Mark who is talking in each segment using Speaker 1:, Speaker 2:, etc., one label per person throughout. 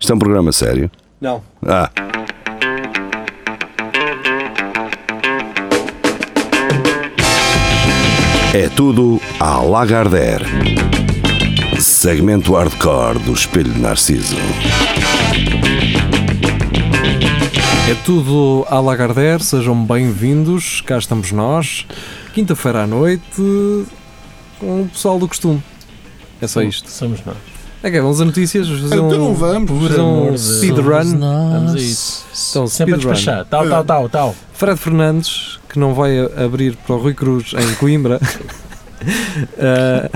Speaker 1: Isto é um programa sério.
Speaker 2: Não.
Speaker 1: Ah, é tudo à Lagardère. Segmento hardcore do Espelho de Narciso.
Speaker 3: É tudo à Lagardère, sejam bem-vindos, cá estamos nós, quinta-feira à noite, com o pessoal do costume. É só isto. É
Speaker 4: Somos nós.
Speaker 3: Ok, vamos a notícias, vamos fazer
Speaker 5: Então
Speaker 3: um,
Speaker 5: não vamos.
Speaker 3: vamos fazer
Speaker 4: Por amor
Speaker 3: um
Speaker 4: de
Speaker 3: speed
Speaker 4: Deus.
Speaker 3: run.
Speaker 4: Vamos a isso.
Speaker 3: Então,
Speaker 4: Sempre a
Speaker 3: speedrun.
Speaker 4: despachar. Tal, tal, tal, tal.
Speaker 3: Fred Fernandes, que não vai a- abrir para o Rui Cruz em Coimbra. Ah,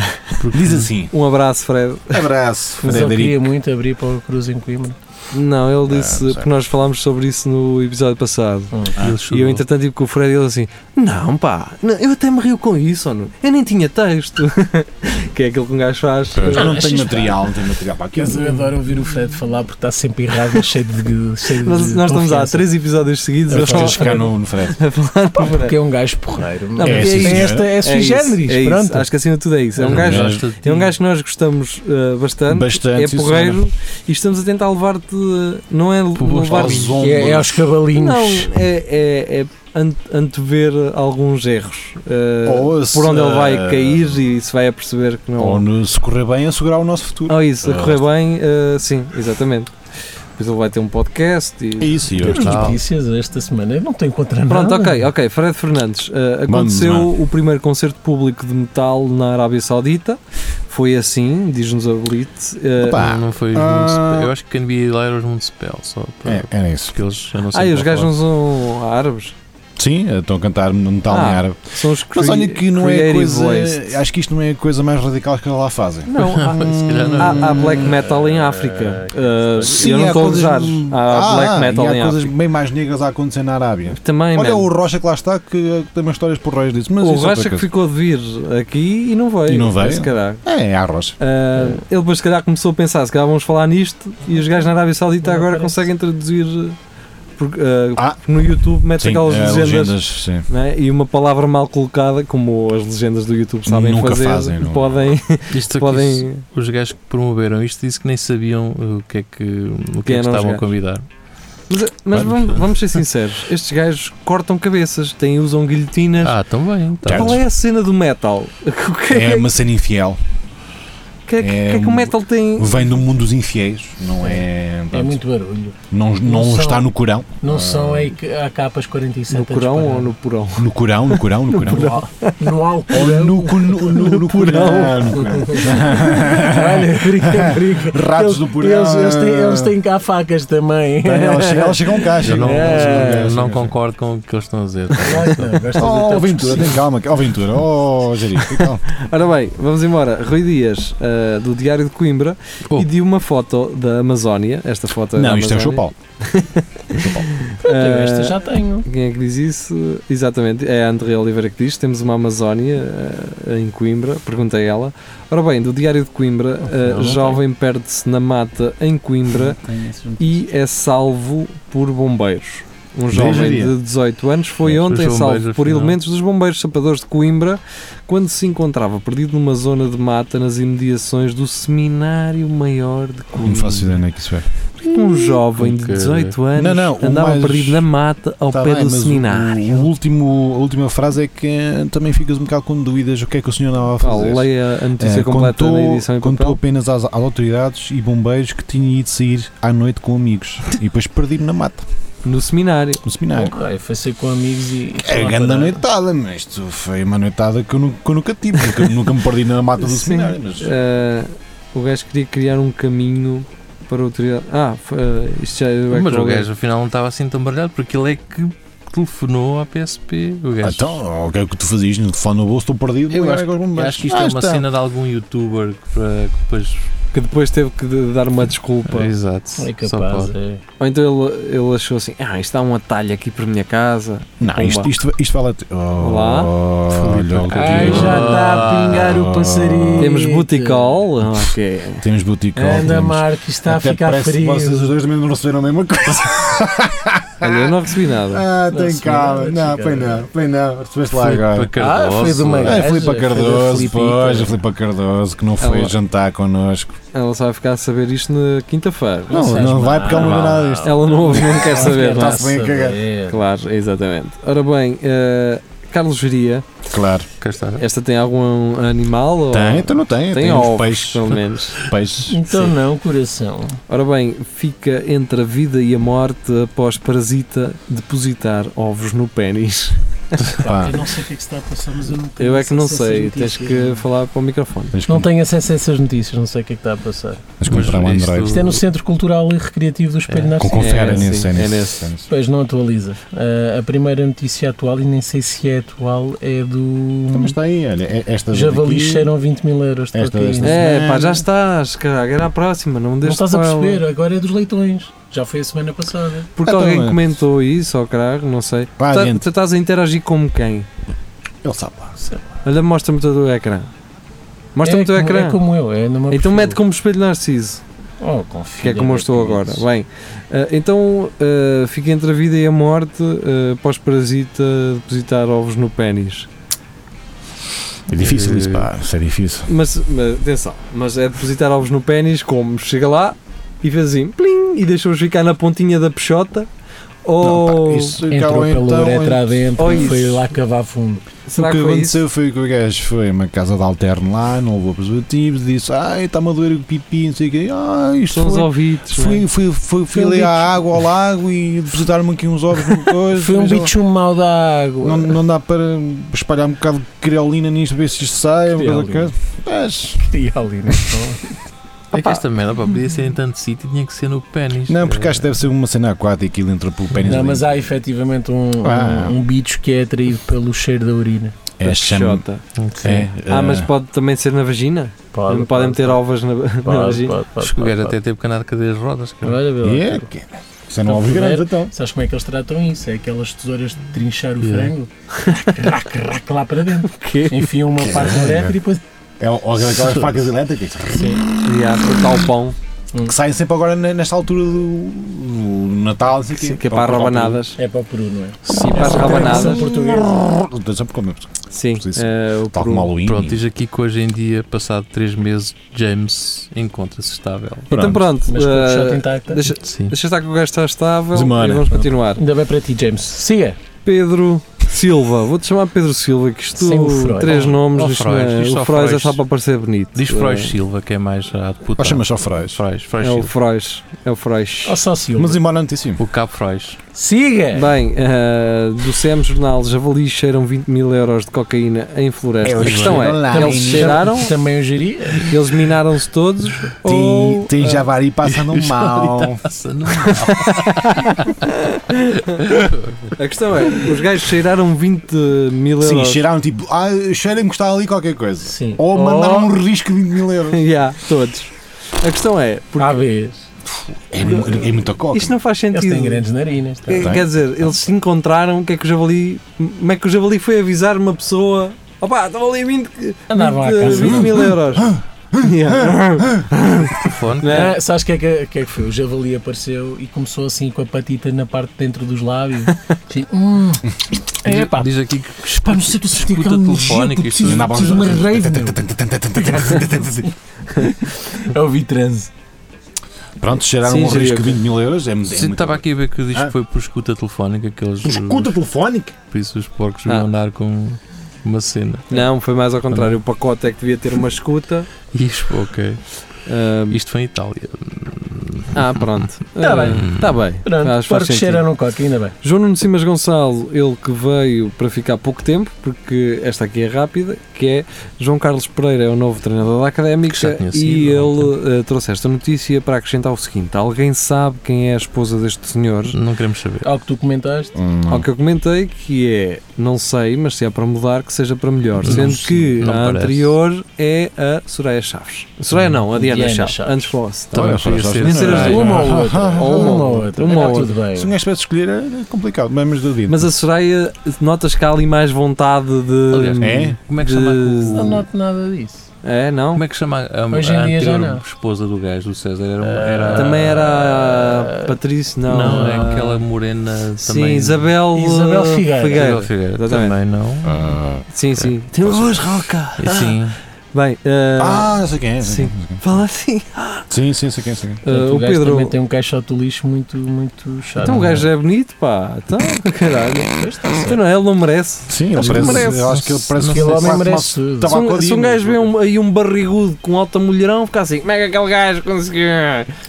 Speaker 6: Diz assim.
Speaker 3: um abraço, Fred.
Speaker 5: Abraço.
Speaker 4: Mas eu
Speaker 6: Frederico.
Speaker 4: queria muito abrir para o Cruz em Coimbra.
Speaker 3: Não, ele
Speaker 4: Ah,
Speaker 3: disse,
Speaker 5: não sei.
Speaker 3: porque nós falámos sobre isso no episódio passado.
Speaker 6: Ah,
Speaker 3: E eu, entretanto, tive com o Fred e ele assim: Não, pá, não, eu até me rio com isso, ou não? eu nem tinha texto. que é aquilo que um gajo faz.
Speaker 6: eu não tenho
Speaker 4: Achas-
Speaker 6: material, não tenho material para aqui.
Speaker 4: Mas eu adoro ouvir o Fred falar porque está sempre errado, mas cheio de. Cheio de
Speaker 3: Nós, nós estamos há
Speaker 4: confiança.
Speaker 3: três episódios seguidos
Speaker 6: Eu
Speaker 3: a
Speaker 6: gosto
Speaker 3: falar.
Speaker 6: de chegar no, no Fred.
Speaker 3: a falar
Speaker 4: Pá,
Speaker 3: do Fred.
Speaker 4: porque é um gajo porreiro.
Speaker 3: Não,
Speaker 4: é,
Speaker 3: mas
Speaker 4: é,
Speaker 3: é isso,
Speaker 4: esta, é sui
Speaker 3: isso,
Speaker 4: generis.
Speaker 3: é isso.
Speaker 4: pronto.
Speaker 3: Acho que acima de tudo é isso. É um
Speaker 6: Não,
Speaker 3: gajo,
Speaker 6: não.
Speaker 3: é um gajo que nós gostamos uh, bastante.
Speaker 6: Bastante. sim,
Speaker 3: é
Speaker 6: senhora.
Speaker 3: porreiro e estamos a tentar levar-te. uh, Não é levar-te.
Speaker 6: Aos ombros.
Speaker 4: é, é aos
Speaker 3: Não,
Speaker 4: cavalinhos.
Speaker 3: é, é, é an- antever alguns erros. uh,
Speaker 6: Ou se,
Speaker 3: por onde ele vai
Speaker 6: uh,
Speaker 3: cair e se vai a perceber que não.
Speaker 6: Ou no- se correr bem, assegurar o nosso futuro.
Speaker 3: Oh, isso, a
Speaker 6: Ah,
Speaker 3: correr bem, eh, sim, exatamente. Depois ele vai ter um podcast
Speaker 6: É
Speaker 3: e.
Speaker 6: isso, e eu
Speaker 4: Temos
Speaker 6: estou-
Speaker 4: notícias esta semana. Eu não estou encontrando
Speaker 3: Pronto,
Speaker 4: nada.
Speaker 3: ok, ok. Fred Fernandes, eh, aconteceu
Speaker 6: Vamos
Speaker 3: o primeiro concerto público de metal na Arábia Saudita. Foi assim, diz-nos a Blitz. eh,
Speaker 5: Opa.
Speaker 7: Não foi os
Speaker 5: Ah.
Speaker 7: Moonspell. Eu acho que NBA lá era os Moonspell, só para.
Speaker 6: É, era isso.
Speaker 7: Porque eles. Eu não sei
Speaker 3: ah, e
Speaker 7: como
Speaker 3: os
Speaker 7: é que
Speaker 3: gajos não são árabes?
Speaker 6: Sim, estão a cantar no metal em
Speaker 3: Ah.
Speaker 6: árabe.
Speaker 3: São os cre
Speaker 6: Mas olha que não é a
Speaker 3: Creative
Speaker 6: coisa.
Speaker 3: Waste.
Speaker 6: Acho que isto não é a coisa mais radical que eles lá fazem.
Speaker 3: Não, há,
Speaker 7: Se calhar não.
Speaker 3: há- há black metal em
Speaker 6: Ah,
Speaker 3: África. Eh, eu não
Speaker 6: há
Speaker 3: estou a
Speaker 6: coisas-
Speaker 3: usar. Há
Speaker 6: Ah,
Speaker 3: black metal
Speaker 6: e há
Speaker 3: em
Speaker 6: coisas
Speaker 3: África.
Speaker 6: bem mais negras a acontecer na Arábia.
Speaker 3: Também,
Speaker 6: Olha
Speaker 3: mano.
Speaker 6: o Rocha que lá está, que tem umas histórias porreiras disso. Mas
Speaker 3: o
Speaker 6: isso é outra
Speaker 3: Racha que
Speaker 6: coisa.
Speaker 3: ficou de vir aqui e não veio.
Speaker 6: E não veio?
Speaker 3: Se calhar.
Speaker 6: É, há Rocha.
Speaker 3: Ah, Ele depois, se calhar, começou a pensar: se calhar vamos falar nisto. E os gajos na Arábia Saudita
Speaker 4: Não,
Speaker 3: agora
Speaker 4: parece.
Speaker 3: conseguem traduzir. Porque, ah,
Speaker 6: Ah.
Speaker 3: porque no YouTube metes
Speaker 6: Sim,
Speaker 3: aquelas
Speaker 6: é,
Speaker 3: legendas.
Speaker 6: legendas, sim.
Speaker 3: não é? E uma palavra mal colocada, como as legendas do YouTube sabem
Speaker 6: Nunca
Speaker 3: fazer,
Speaker 6: fazem, não.
Speaker 3: podem.
Speaker 7: Isto é que
Speaker 3: podem
Speaker 7: isso- os gajos que promoveram isto disse que nem sabiam o que é que, o que,
Speaker 3: Quem
Speaker 7: é que
Speaker 3: eram os
Speaker 7: estavam
Speaker 3: gajos?
Speaker 7: a convidar.
Speaker 3: Mas, mas vamos, vamos ser sinceros: estes gajos cortam cabeças, têm, usam guilhotinas.
Speaker 7: Ah, também. Tá.
Speaker 3: Qual é a cena do metal? O que é,
Speaker 6: É uma cena infiel.
Speaker 3: que, é, que-
Speaker 6: é
Speaker 3: que é que o
Speaker 6: um-
Speaker 3: metal tem?
Speaker 6: Vem do mundo dos infiéis. Não é.
Speaker 4: É
Speaker 6: pronto,
Speaker 4: muito barulho.
Speaker 6: não não
Speaker 4: Não são-
Speaker 6: está no Corão.
Speaker 4: Não
Speaker 6: Ah.
Speaker 4: são aí que há capas 47
Speaker 3: No Corão ou no Porão?
Speaker 6: No Corão, no Corão, no Corão.
Speaker 4: No, al- no
Speaker 6: Ou
Speaker 4: Alcorão.
Speaker 6: no, cu- no, no, no Corão. no Corão.
Speaker 4: Olha, briga, briga.
Speaker 6: Ratos do Porão.
Speaker 4: Eles, eles têm, eles têm cá facas também.
Speaker 6: Tem, Elas chegam, elas chegam cá.
Speaker 7: Eu
Speaker 6: Chegam,
Speaker 7: não,
Speaker 6: elas
Speaker 3: É.
Speaker 6: chegam cá,
Speaker 7: eu
Speaker 6: chegam
Speaker 7: não
Speaker 6: cá.
Speaker 7: concordo com o que eles estão a dizer.
Speaker 4: Gosta, gosta
Speaker 6: Oh,
Speaker 4: de
Speaker 6: Ventura, tem calma. Oh, Ventura. Oh, Jerry, tem calma.
Speaker 3: Ora bem, vamos embora. Rui Dias, ah, do Diário de Coimbra,
Speaker 7: Oh.
Speaker 3: e de uma foto da Amazónia. Esta foto é da
Speaker 6: Não, isto é o
Speaker 3: Amazónia.
Speaker 6: Chopal.
Speaker 4: Eu
Speaker 3: Ah,
Speaker 4: esta já tenho.
Speaker 3: Quem é que diz isso? Exatamente, é a André Oliveira que diz: temos uma Amazónia ah, em Coimbra. Perguntei a ela. Ora bem, do Diário de Coimbra, ah,
Speaker 7: não
Speaker 3: jovem perde-se na mata em Coimbra e é salvo por bombeiros. Um jovem
Speaker 6: Veja-lhe.
Speaker 3: de 18 anos
Speaker 6: É,
Speaker 3: foi
Speaker 7: Os
Speaker 3: ontem
Speaker 7: bombeiros,
Speaker 3: salvo por
Speaker 7: afinal.
Speaker 3: elementos dos bombeiros sapadores de Coimbra quando se encontrava perdido numa zona de mata nas imediações do Seminário Maior de
Speaker 6: Não
Speaker 3: Coimbra.
Speaker 6: faço ideia nem que isso é.
Speaker 3: Um jovem de
Speaker 7: Ok.
Speaker 3: 18 anos
Speaker 6: Não, não, o
Speaker 3: andava
Speaker 6: mais-
Speaker 3: perdido na mata ao
Speaker 6: Tá
Speaker 3: pé
Speaker 6: bem,
Speaker 3: do
Speaker 6: mas o-
Speaker 3: seminário.
Speaker 6: O, último, a última frase é que eh, também ficas um bocado com dúvidas o que é que o senhor andava a
Speaker 3: Ah,
Speaker 6: fazer.
Speaker 3: leia a notícia
Speaker 6: Eh,
Speaker 3: completa
Speaker 6: contou,
Speaker 3: na edição em
Speaker 6: contou
Speaker 3: papel.
Speaker 6: apenas às, às autoridades e bombeiros que tinha ido sair à noite com amigos e depois perdi-me na mata,
Speaker 3: No seminário.
Speaker 6: no seminário.
Speaker 4: Ok, foi ser com amigos e.
Speaker 6: É
Speaker 4: lá
Speaker 6: grande
Speaker 4: para-
Speaker 6: noitada, mas isto foi uma noitada que eu nunca, que eu nunca tive, nunca, nunca me perdi na mata do
Speaker 3: Sim.
Speaker 6: seminário. Mas...
Speaker 3: Ah, o gajo queria criar um caminho para o triângulo. Ah, f- ah, isto já eu é que
Speaker 7: Mas o
Speaker 3: vou ler.
Speaker 7: gajo afinal não estava assim tão baralhado porque ele é que telefonou à PSP. O
Speaker 6: Ah,
Speaker 7: gajo.
Speaker 6: Então, o que é que tu fazias? No telefone no bolso, estou perdido,
Speaker 7: Eu
Speaker 6: ligar
Speaker 7: acho-
Speaker 6: agora aos
Speaker 7: Eu
Speaker 6: bombeiros.
Speaker 7: acho que isto
Speaker 6: Ah,
Speaker 7: é uma
Speaker 6: está.
Speaker 7: cena de algum youtuber que, para- que depois.
Speaker 3: Que depois teve que de- dar uma desculpa.
Speaker 7: Exato.
Speaker 4: É
Speaker 7: Só
Speaker 4: capaz.
Speaker 7: pode.
Speaker 4: é.
Speaker 3: Ou então ele, ele achou assim: ah, isto há um atalho aqui por minha casa.
Speaker 6: Não, isto, isto, isto vale a ti. Oh,
Speaker 3: Olá.
Speaker 6: Olha, o que
Speaker 4: Ai,
Speaker 6: eu-
Speaker 4: já está a pingar o passarinho.
Speaker 3: Temos Buticol. Ah, Ok.
Speaker 6: Temos boutique.
Speaker 4: Anda,
Speaker 6: temos-
Speaker 4: Marco, isto está a
Speaker 6: Até
Speaker 4: ficar
Speaker 6: parece que
Speaker 4: frio.
Speaker 6: Vocês os dois mesmo não receberam a mesma coisa.
Speaker 3: Olha, eu não recebi nada.
Speaker 2: Ah,
Speaker 4: Não,
Speaker 2: tem
Speaker 4: senhora,
Speaker 2: calma. Não,
Speaker 4: fica-
Speaker 2: foi não, foi não. Recebeste lá
Speaker 6: Foi
Speaker 2: agora.
Speaker 7: Para Cardoso. é,
Speaker 4: Ah, foi de uma-
Speaker 7: olha.
Speaker 6: Ah,
Speaker 4: Foi
Speaker 6: foi para
Speaker 4: da
Speaker 6: Cardoso,
Speaker 4: Filipita.
Speaker 6: pois, foi para Cardoso, que não foi
Speaker 3: Ela-
Speaker 6: jantar connosco.
Speaker 3: Ela só vai ficar a saber isto na quinta-feira.
Speaker 6: Não,
Speaker 4: sejas
Speaker 6: não vai porque ela não vê
Speaker 4: mau.
Speaker 6: nada disto.
Speaker 3: Ela não, não quer saber, não é?
Speaker 2: Está-se bem a cagar.
Speaker 4: Saber.
Speaker 3: Claro, exatamente. Ora bem, eh, Carlos Geria,
Speaker 6: Claro.
Speaker 7: Cá está.
Speaker 3: esta tem algum animal? ou-
Speaker 6: Tem, então não
Speaker 3: Tem
Speaker 6: tem. Tem uns
Speaker 3: ovos,
Speaker 6: peixes.
Speaker 3: pelo menos.
Speaker 6: Peixes.
Speaker 4: Então
Speaker 3: Sim.
Speaker 4: não, coração.
Speaker 3: Ora bem, fica entre a vida e a morte após parasita depositar ovos no pênis.
Speaker 6: Pá,
Speaker 5: não sei o que é que se está a passar, mas eu não tenho
Speaker 3: Eu é que não
Speaker 5: acesso a
Speaker 3: sei,
Speaker 5: essas
Speaker 3: tens que
Speaker 5: notícias.
Speaker 3: falar para o microfone.
Speaker 6: tens que
Speaker 4: Não tenho acesso a essas notícias, não sei o que é que está a passar.
Speaker 6: tens que comprar um
Speaker 7: Mas isto-
Speaker 6: Android.
Speaker 4: Isto assim, é no Centro Cultural e Recreativo do Espelho
Speaker 7: É.
Speaker 6: Com
Speaker 4: Narciso.
Speaker 6: confiar
Speaker 3: Uhum. É,
Speaker 6: é nisso,
Speaker 3: sim,
Speaker 6: é
Speaker 3: é
Speaker 6: nisso.
Speaker 3: nesse.
Speaker 6: é nisso.
Speaker 4: Pois não atualiza. Ah, a primeira notícia atual, e nem sei se é atual, é
Speaker 6: Então, mas
Speaker 4: do.
Speaker 6: está aí, olha, é- estas
Speaker 4: Javalis
Speaker 6: daqui-
Speaker 4: cheiram 20 mil euros de
Speaker 6: Esta-
Speaker 4: cocaína.
Speaker 6: esta-
Speaker 3: É,
Speaker 6: semana.
Speaker 3: pá, já estás, caralho, era a próxima, não me
Speaker 4: Não
Speaker 3: deixes
Speaker 4: estás a
Speaker 3: com ela.
Speaker 4: perceber, agora é dos leitões. Já foi a semana passada.
Speaker 3: Porque
Speaker 6: Então,
Speaker 3: alguém
Speaker 6: é.
Speaker 3: comentou isso, ó caralho, não sei.
Speaker 6: Vá
Speaker 3: Tá-
Speaker 6: adiante.
Speaker 3: tu estás a interagir como quem?
Speaker 6: Ele sabe lá.
Speaker 3: Olha, mostra-me todo o ecrã. Mostra-me
Speaker 4: é,
Speaker 3: todo o
Speaker 4: como,
Speaker 3: ecrã.
Speaker 4: é como eu, é numa
Speaker 3: então
Speaker 4: perfil.
Speaker 3: mete como espelho narciso,
Speaker 4: Oh, confia.
Speaker 3: que é como eu estou agora. Bem, ah, então ah, fica entre a vida e a morte ah, após parasita depositar ovos no pênis.
Speaker 6: É difícil isso, pá. Isso é difícil.
Speaker 3: Mas, mas, atenção, mas é depositar ovos no pênis como chega lá e fez assim, plim, e deixou-os ficar na pontinha da peixota ou...
Speaker 6: Não, pá, isso
Speaker 4: Entrou
Speaker 6: acabou
Speaker 4: pela
Speaker 6: então
Speaker 4: uretra
Speaker 6: em-
Speaker 4: adentro
Speaker 3: Oh,
Speaker 4: e foi
Speaker 3: isso.
Speaker 4: lá cavar fundo.
Speaker 3: será
Speaker 6: o que
Speaker 3: que foi isso?
Speaker 6: aconteceu foi que o gajo foi a uma casa de alterno lá, não levou preservativos, disse ai, está-me a doer o pipi, não sei o quê, ah, isto
Speaker 3: São os
Speaker 6: foi-
Speaker 3: ouvidos. não é?
Speaker 6: Fui, fui, fui, fui
Speaker 4: Foi um
Speaker 6: ali à
Speaker 4: bicho.
Speaker 6: água, ao lago e depositaram-me aqui uns ovos no coisa.
Speaker 4: Foi um
Speaker 6: mas
Speaker 4: bicho mau da água.
Speaker 6: Não, não dá para espalhar um bocado de creolina nisto, ver se isto sai, uma coisa
Speaker 4: Creolina.
Speaker 6: que- é. Mas,
Speaker 4: E ali, não estou.
Speaker 7: É que esta merda, pá, podia ser em tanto sítio e tinha que ser no É. pênis.
Speaker 6: Não, porque acho que deve ser uma cena aquática e ele entrou pelo pênis.
Speaker 4: Não,
Speaker 6: ali.
Speaker 4: mas há efetivamente um,
Speaker 6: Ah.
Speaker 4: um, um bicho que é atraído pelo cheiro da urina.
Speaker 6: é
Speaker 3: Da
Speaker 6: chama.
Speaker 3: peixota.
Speaker 7: que.
Speaker 6: É,
Speaker 4: eh,
Speaker 3: Ah, mas
Speaker 6: é,
Speaker 3: pode também ser na vagina? Podem meter ovos na, na
Speaker 4: pode,
Speaker 3: vagina?
Speaker 4: pode, pode,
Speaker 7: Acho que o gajo
Speaker 4: pode,
Speaker 7: até teve que andar de cadeiras de rodas.
Speaker 4: pode.
Speaker 7: Cara.
Speaker 4: Olha, vê lá.
Speaker 6: E é que. Isso é não
Speaker 4: Então,
Speaker 6: ovos
Speaker 4: primeiro-
Speaker 6: grandes, então.
Speaker 4: Sabes como é que eles tratam isso? É aquelas tesouras de trinchar o
Speaker 7: Yeah.
Speaker 4: frango, rac, rac, rac lá para dentro.
Speaker 3: Quê?
Speaker 4: Enfiam uma parte da uretra e depois.
Speaker 6: É o- aquelas facas elétricas.
Speaker 3: E há cortar o pão,
Speaker 6: que saem sempre agora ne- nesta altura do, do Natal, não sei o quê.
Speaker 3: que é para as rabanadas.
Speaker 4: É para o Peru, não é?
Speaker 3: E para as rabanadas.
Speaker 6: Português. Só porque comemos.
Speaker 3: Sim,
Speaker 6: Sim.
Speaker 3: eh, o
Speaker 6: Tal
Speaker 3: Peru.
Speaker 6: como Halloween.
Speaker 7: Pronto, diz aqui que hoje em dia, passado 3 meses, James encontra-se estável.
Speaker 3: Então pronto,
Speaker 4: Mas com o shot
Speaker 3: eh,
Speaker 4: intacta.
Speaker 3: deixa,
Speaker 7: Sim.
Speaker 3: deixa estar que o gajo está estável
Speaker 6: Demora.
Speaker 3: e vamos continuar.
Speaker 4: Ainda bem para ti, James. Siga!
Speaker 3: Pedro Silva, vou-te chamar Pedro Silva, que isto
Speaker 4: Sem o Freud.
Speaker 3: três
Speaker 7: Oh,
Speaker 3: nomes,
Speaker 7: oh,
Speaker 3: isto
Speaker 7: Freud,
Speaker 3: não é-
Speaker 7: isto
Speaker 3: o
Speaker 7: é
Speaker 3: Freud é
Speaker 7: Freud.
Speaker 3: só para parecer bonito.
Speaker 7: Diz
Speaker 3: Eh,
Speaker 7: Freud Silva, que é mais a
Speaker 6: Ou
Speaker 7: deputada.
Speaker 6: chamas só Freud.
Speaker 7: Freud, Freud
Speaker 3: É o
Speaker 7: Silva.
Speaker 3: Freud, é o Freud.
Speaker 4: Ó só Silva.
Speaker 6: Mas embora notícia.
Speaker 7: O Cabo Freud.
Speaker 4: Siga!
Speaker 3: Bem, eh, do CM Jornal, javalis cheiram 20 mil euros de cocaína em floresta.
Speaker 6: Eu
Speaker 3: a questão
Speaker 6: cheiro lá,
Speaker 3: é, eles
Speaker 6: menino.
Speaker 3: cheiraram,
Speaker 4: Também o geria.
Speaker 3: eles minaram-se todos ou...
Speaker 6: Tem javari passando mal.
Speaker 7: Passa no
Speaker 3: A questão é, os gajos cheiraram 20 mil
Speaker 6: Sim,
Speaker 3: euros.
Speaker 6: cheiraram tipo, ah, cheira-me que está ali qualquer coisa.
Speaker 4: Sim.
Speaker 6: Ou mandaram um risco de 20 mil euros.
Speaker 3: Já, todos. A questão é, porque
Speaker 4: À vez.
Speaker 6: É, mu- é muita coca.
Speaker 3: isto não faz
Speaker 4: Eles
Speaker 3: sentido.
Speaker 4: têm grandes narinas. tá?
Speaker 3: Quer-
Speaker 6: Tem.
Speaker 3: Quer dizer, eles se encontraram, o que é que o Javali. Como é que o Javali foi avisar uma pessoa? Opa, estava ali 20, 20,
Speaker 4: Andavam à casa.
Speaker 3: 20 mil euros.
Speaker 7: Ah,
Speaker 3: Yeah.
Speaker 7: telefone.
Speaker 3: Não é?
Speaker 4: Ah, sabes o que, é que, que é que foi? O javali apareceu e começou assim com a patita na parte de dentro dos lábios. Assim, hum. É pá,
Speaker 7: Diz aqui que
Speaker 4: pá, não sei, tu se
Speaker 7: escuta telefónica. isto
Speaker 4: é um preciso-
Speaker 7: não-
Speaker 4: preciso de uma rave, eu ouvi transe.
Speaker 6: Pronto, cheiraram
Speaker 3: Sim,
Speaker 6: um
Speaker 3: seria
Speaker 6: risco de
Speaker 3: ok.
Speaker 6: 20 mil euros. É, mu- é
Speaker 7: Sim,
Speaker 6: muita
Speaker 7: Estava aqui a ver que diz que
Speaker 6: Ah.
Speaker 7: foi por escuta telefónica que
Speaker 4: um
Speaker 7: eles.
Speaker 6: Escuta telefónica?
Speaker 7: Por isso os porcos
Speaker 3: Ah.
Speaker 7: vão andar com uma cena.
Speaker 3: Não, foi mais ao contrário. O pacote é que devia ter uma escuta.
Speaker 7: Isto, ok.
Speaker 3: Ah,
Speaker 7: Isto foi em Itália.
Speaker 3: ah, pronto.
Speaker 4: Tá bem.
Speaker 3: Está bem. Faz-
Speaker 4: Pronto,
Speaker 3: faz
Speaker 4: para que
Speaker 3: sentido.
Speaker 4: cheiraram coca, ainda bem.
Speaker 3: João Nuno Simas Gonçalo, ele que veio para ficar pouco tempo, porque esta aqui é rápida, que é João Carlos Pereira é o novo treinador da
Speaker 7: Que já
Speaker 3: Académica
Speaker 7: tinha
Speaker 3: e
Speaker 7: sido há um
Speaker 3: ele eh, trouxe esta notícia para acrescentar o seguinte, alguém sabe quem é a esposa deste senhor?
Speaker 7: Não queremos saber.
Speaker 4: Ao que tu comentaste,
Speaker 6: Hum,
Speaker 7: Hum.
Speaker 3: Ao que eu comentei, que é, não sei, mas se é para mudar, que seja para melhor.
Speaker 7: Não
Speaker 3: Sendo
Speaker 7: sei,
Speaker 3: que
Speaker 7: não
Speaker 3: a
Speaker 7: parece.
Speaker 3: anterior é a Soraya Chaves. A Soraya não, a Diana,
Speaker 4: Diana
Speaker 3: Chaves.
Speaker 4: Chaves.
Speaker 3: Antes fosse. tá
Speaker 7: Também
Speaker 6: Olha,
Speaker 7: podia
Speaker 6: só, Oh,
Speaker 7: ser.
Speaker 3: nem ser as
Speaker 7: Ah,
Speaker 3: duas.
Speaker 4: uma ou outra, ou uma ou outra,
Speaker 3: Uma
Speaker 4: está
Speaker 3: ou
Speaker 4: tudo bem.
Speaker 6: Se um gajo tivesse de escolher é complicado, mas da vida.
Speaker 3: Mas a Soraya, notas que há ali mais vontade de...
Speaker 7: Aliás,
Speaker 6: É?
Speaker 7: Como é que chama?
Speaker 3: De-
Speaker 4: Não
Speaker 7: o-
Speaker 4: noto nada disso.
Speaker 3: É, não?
Speaker 7: Como é que chama a, a
Speaker 4: Hoje em dia já
Speaker 7: anterior
Speaker 4: não.
Speaker 7: esposa do gajo, do César? Era, uma- era
Speaker 3: Também era Patrício, não.
Speaker 7: ah, Não, é
Speaker 4: Ah.
Speaker 7: aquela morena
Speaker 3: Sim,
Speaker 7: também.
Speaker 3: Isabel, uh,
Speaker 4: Isabel Figueira.
Speaker 7: Isabel Figueira.
Speaker 3: Exatamente.
Speaker 7: Também não.
Speaker 6: Ah,
Speaker 3: Sim, sim. Tem uma voz rouca.
Speaker 7: E Sim.
Speaker 3: Bem, uh,
Speaker 6: ah, não sei quem é.
Speaker 3: sim.
Speaker 6: Sim,
Speaker 3: fala assim.
Speaker 6: sim, sim, sei quem é. Sei quem é.
Speaker 3: Uh, o
Speaker 4: gajo também
Speaker 3: Pedro.
Speaker 4: tem um caixote do lixo muito, muito chato.
Speaker 3: Então o gajo é bonito, pá. Então, caralho. Então, não, ele não merece.
Speaker 6: Sim, ele
Speaker 3: Acho que
Speaker 6: parece.
Speaker 3: merece.
Speaker 6: eu acho que ele parece
Speaker 4: Aquele
Speaker 6: um-
Speaker 4: homem
Speaker 6: quase
Speaker 4: merece
Speaker 6: uma-
Speaker 4: tudo.
Speaker 6: Tá
Speaker 3: Se
Speaker 6: Tabaco
Speaker 3: um, se um
Speaker 6: Odino.
Speaker 3: gajo vê um, aí um barrigudo com alta mulherão, fica assim, como é que aquele gajo conseguiu?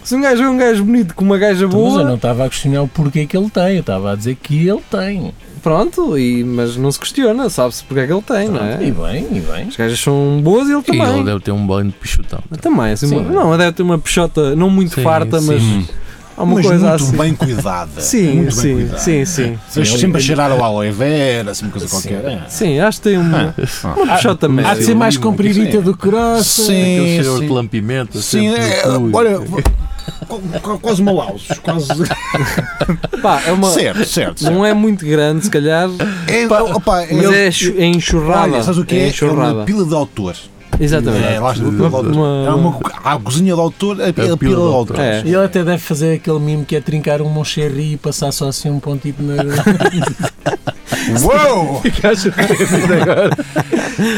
Speaker 3: Se um gajo vê um gajo bonito com uma gaja
Speaker 4: Então, Mas eu não
Speaker 3: boa,
Speaker 4: estava a questionar o porquê que ele tem, eu estava a dizer que ele tem.
Speaker 3: pronto, e, mas não se questiona, sabe-se porque é que ele tem, não
Speaker 4: E
Speaker 3: é?
Speaker 4: bem, e bem.
Speaker 3: As gajas são boas e ele
Speaker 7: E
Speaker 3: também.
Speaker 7: ele deve ter um banho de pichotão.
Speaker 3: Também, assim,
Speaker 4: Sim.
Speaker 3: uma- não, deve ter uma peixota não muito
Speaker 7: Sim,
Speaker 3: farta,
Speaker 7: sim.
Speaker 3: mas há uma
Speaker 6: mas
Speaker 3: coisa
Speaker 6: muito
Speaker 3: assim.
Speaker 6: bem cuidada.
Speaker 3: sim,
Speaker 6: muito bem
Speaker 3: sim,
Speaker 6: cuidada.
Speaker 3: sim, sim.
Speaker 6: Sim,
Speaker 4: Sim,
Speaker 6: é- sempre
Speaker 4: ele-
Speaker 6: a cheirar ao aloe vera, assim, uma coisa qualquer. é.
Speaker 3: Sim, acho que tem uma, uma peixota
Speaker 4: Há de ser
Speaker 3: média.
Speaker 4: mais compridita
Speaker 6: Sim.
Speaker 4: do que grossa.
Speaker 6: Sim,
Speaker 7: Aquele cheiro
Speaker 6: sim.
Speaker 7: de lampimento.
Speaker 6: Sim,
Speaker 7: sempre
Speaker 6: é,
Speaker 7: no cu e-
Speaker 6: olha, qu- qu- quase uma lausos, quase.
Speaker 3: Pá, é uma,
Speaker 6: Certo, certo. certo.
Speaker 3: não é muito grande, se calhar,
Speaker 6: É, opa,
Speaker 3: mas
Speaker 6: eu-
Speaker 3: é, enxu- é enxurrada.
Speaker 6: Olha, sabes o que é?
Speaker 3: é?
Speaker 6: É uma
Speaker 3: Enxurrada.
Speaker 6: pila de autor.
Speaker 3: Exatamente.
Speaker 6: É, lá está, uma pila de autor.
Speaker 3: Uma-
Speaker 6: É uma, há a cozinha de autor, é a, a pila, de autor.
Speaker 3: É.
Speaker 4: E ele até deve fazer aquele mimo que é trincar um moncherry e passar só assim um pontito na.
Speaker 6: Uou!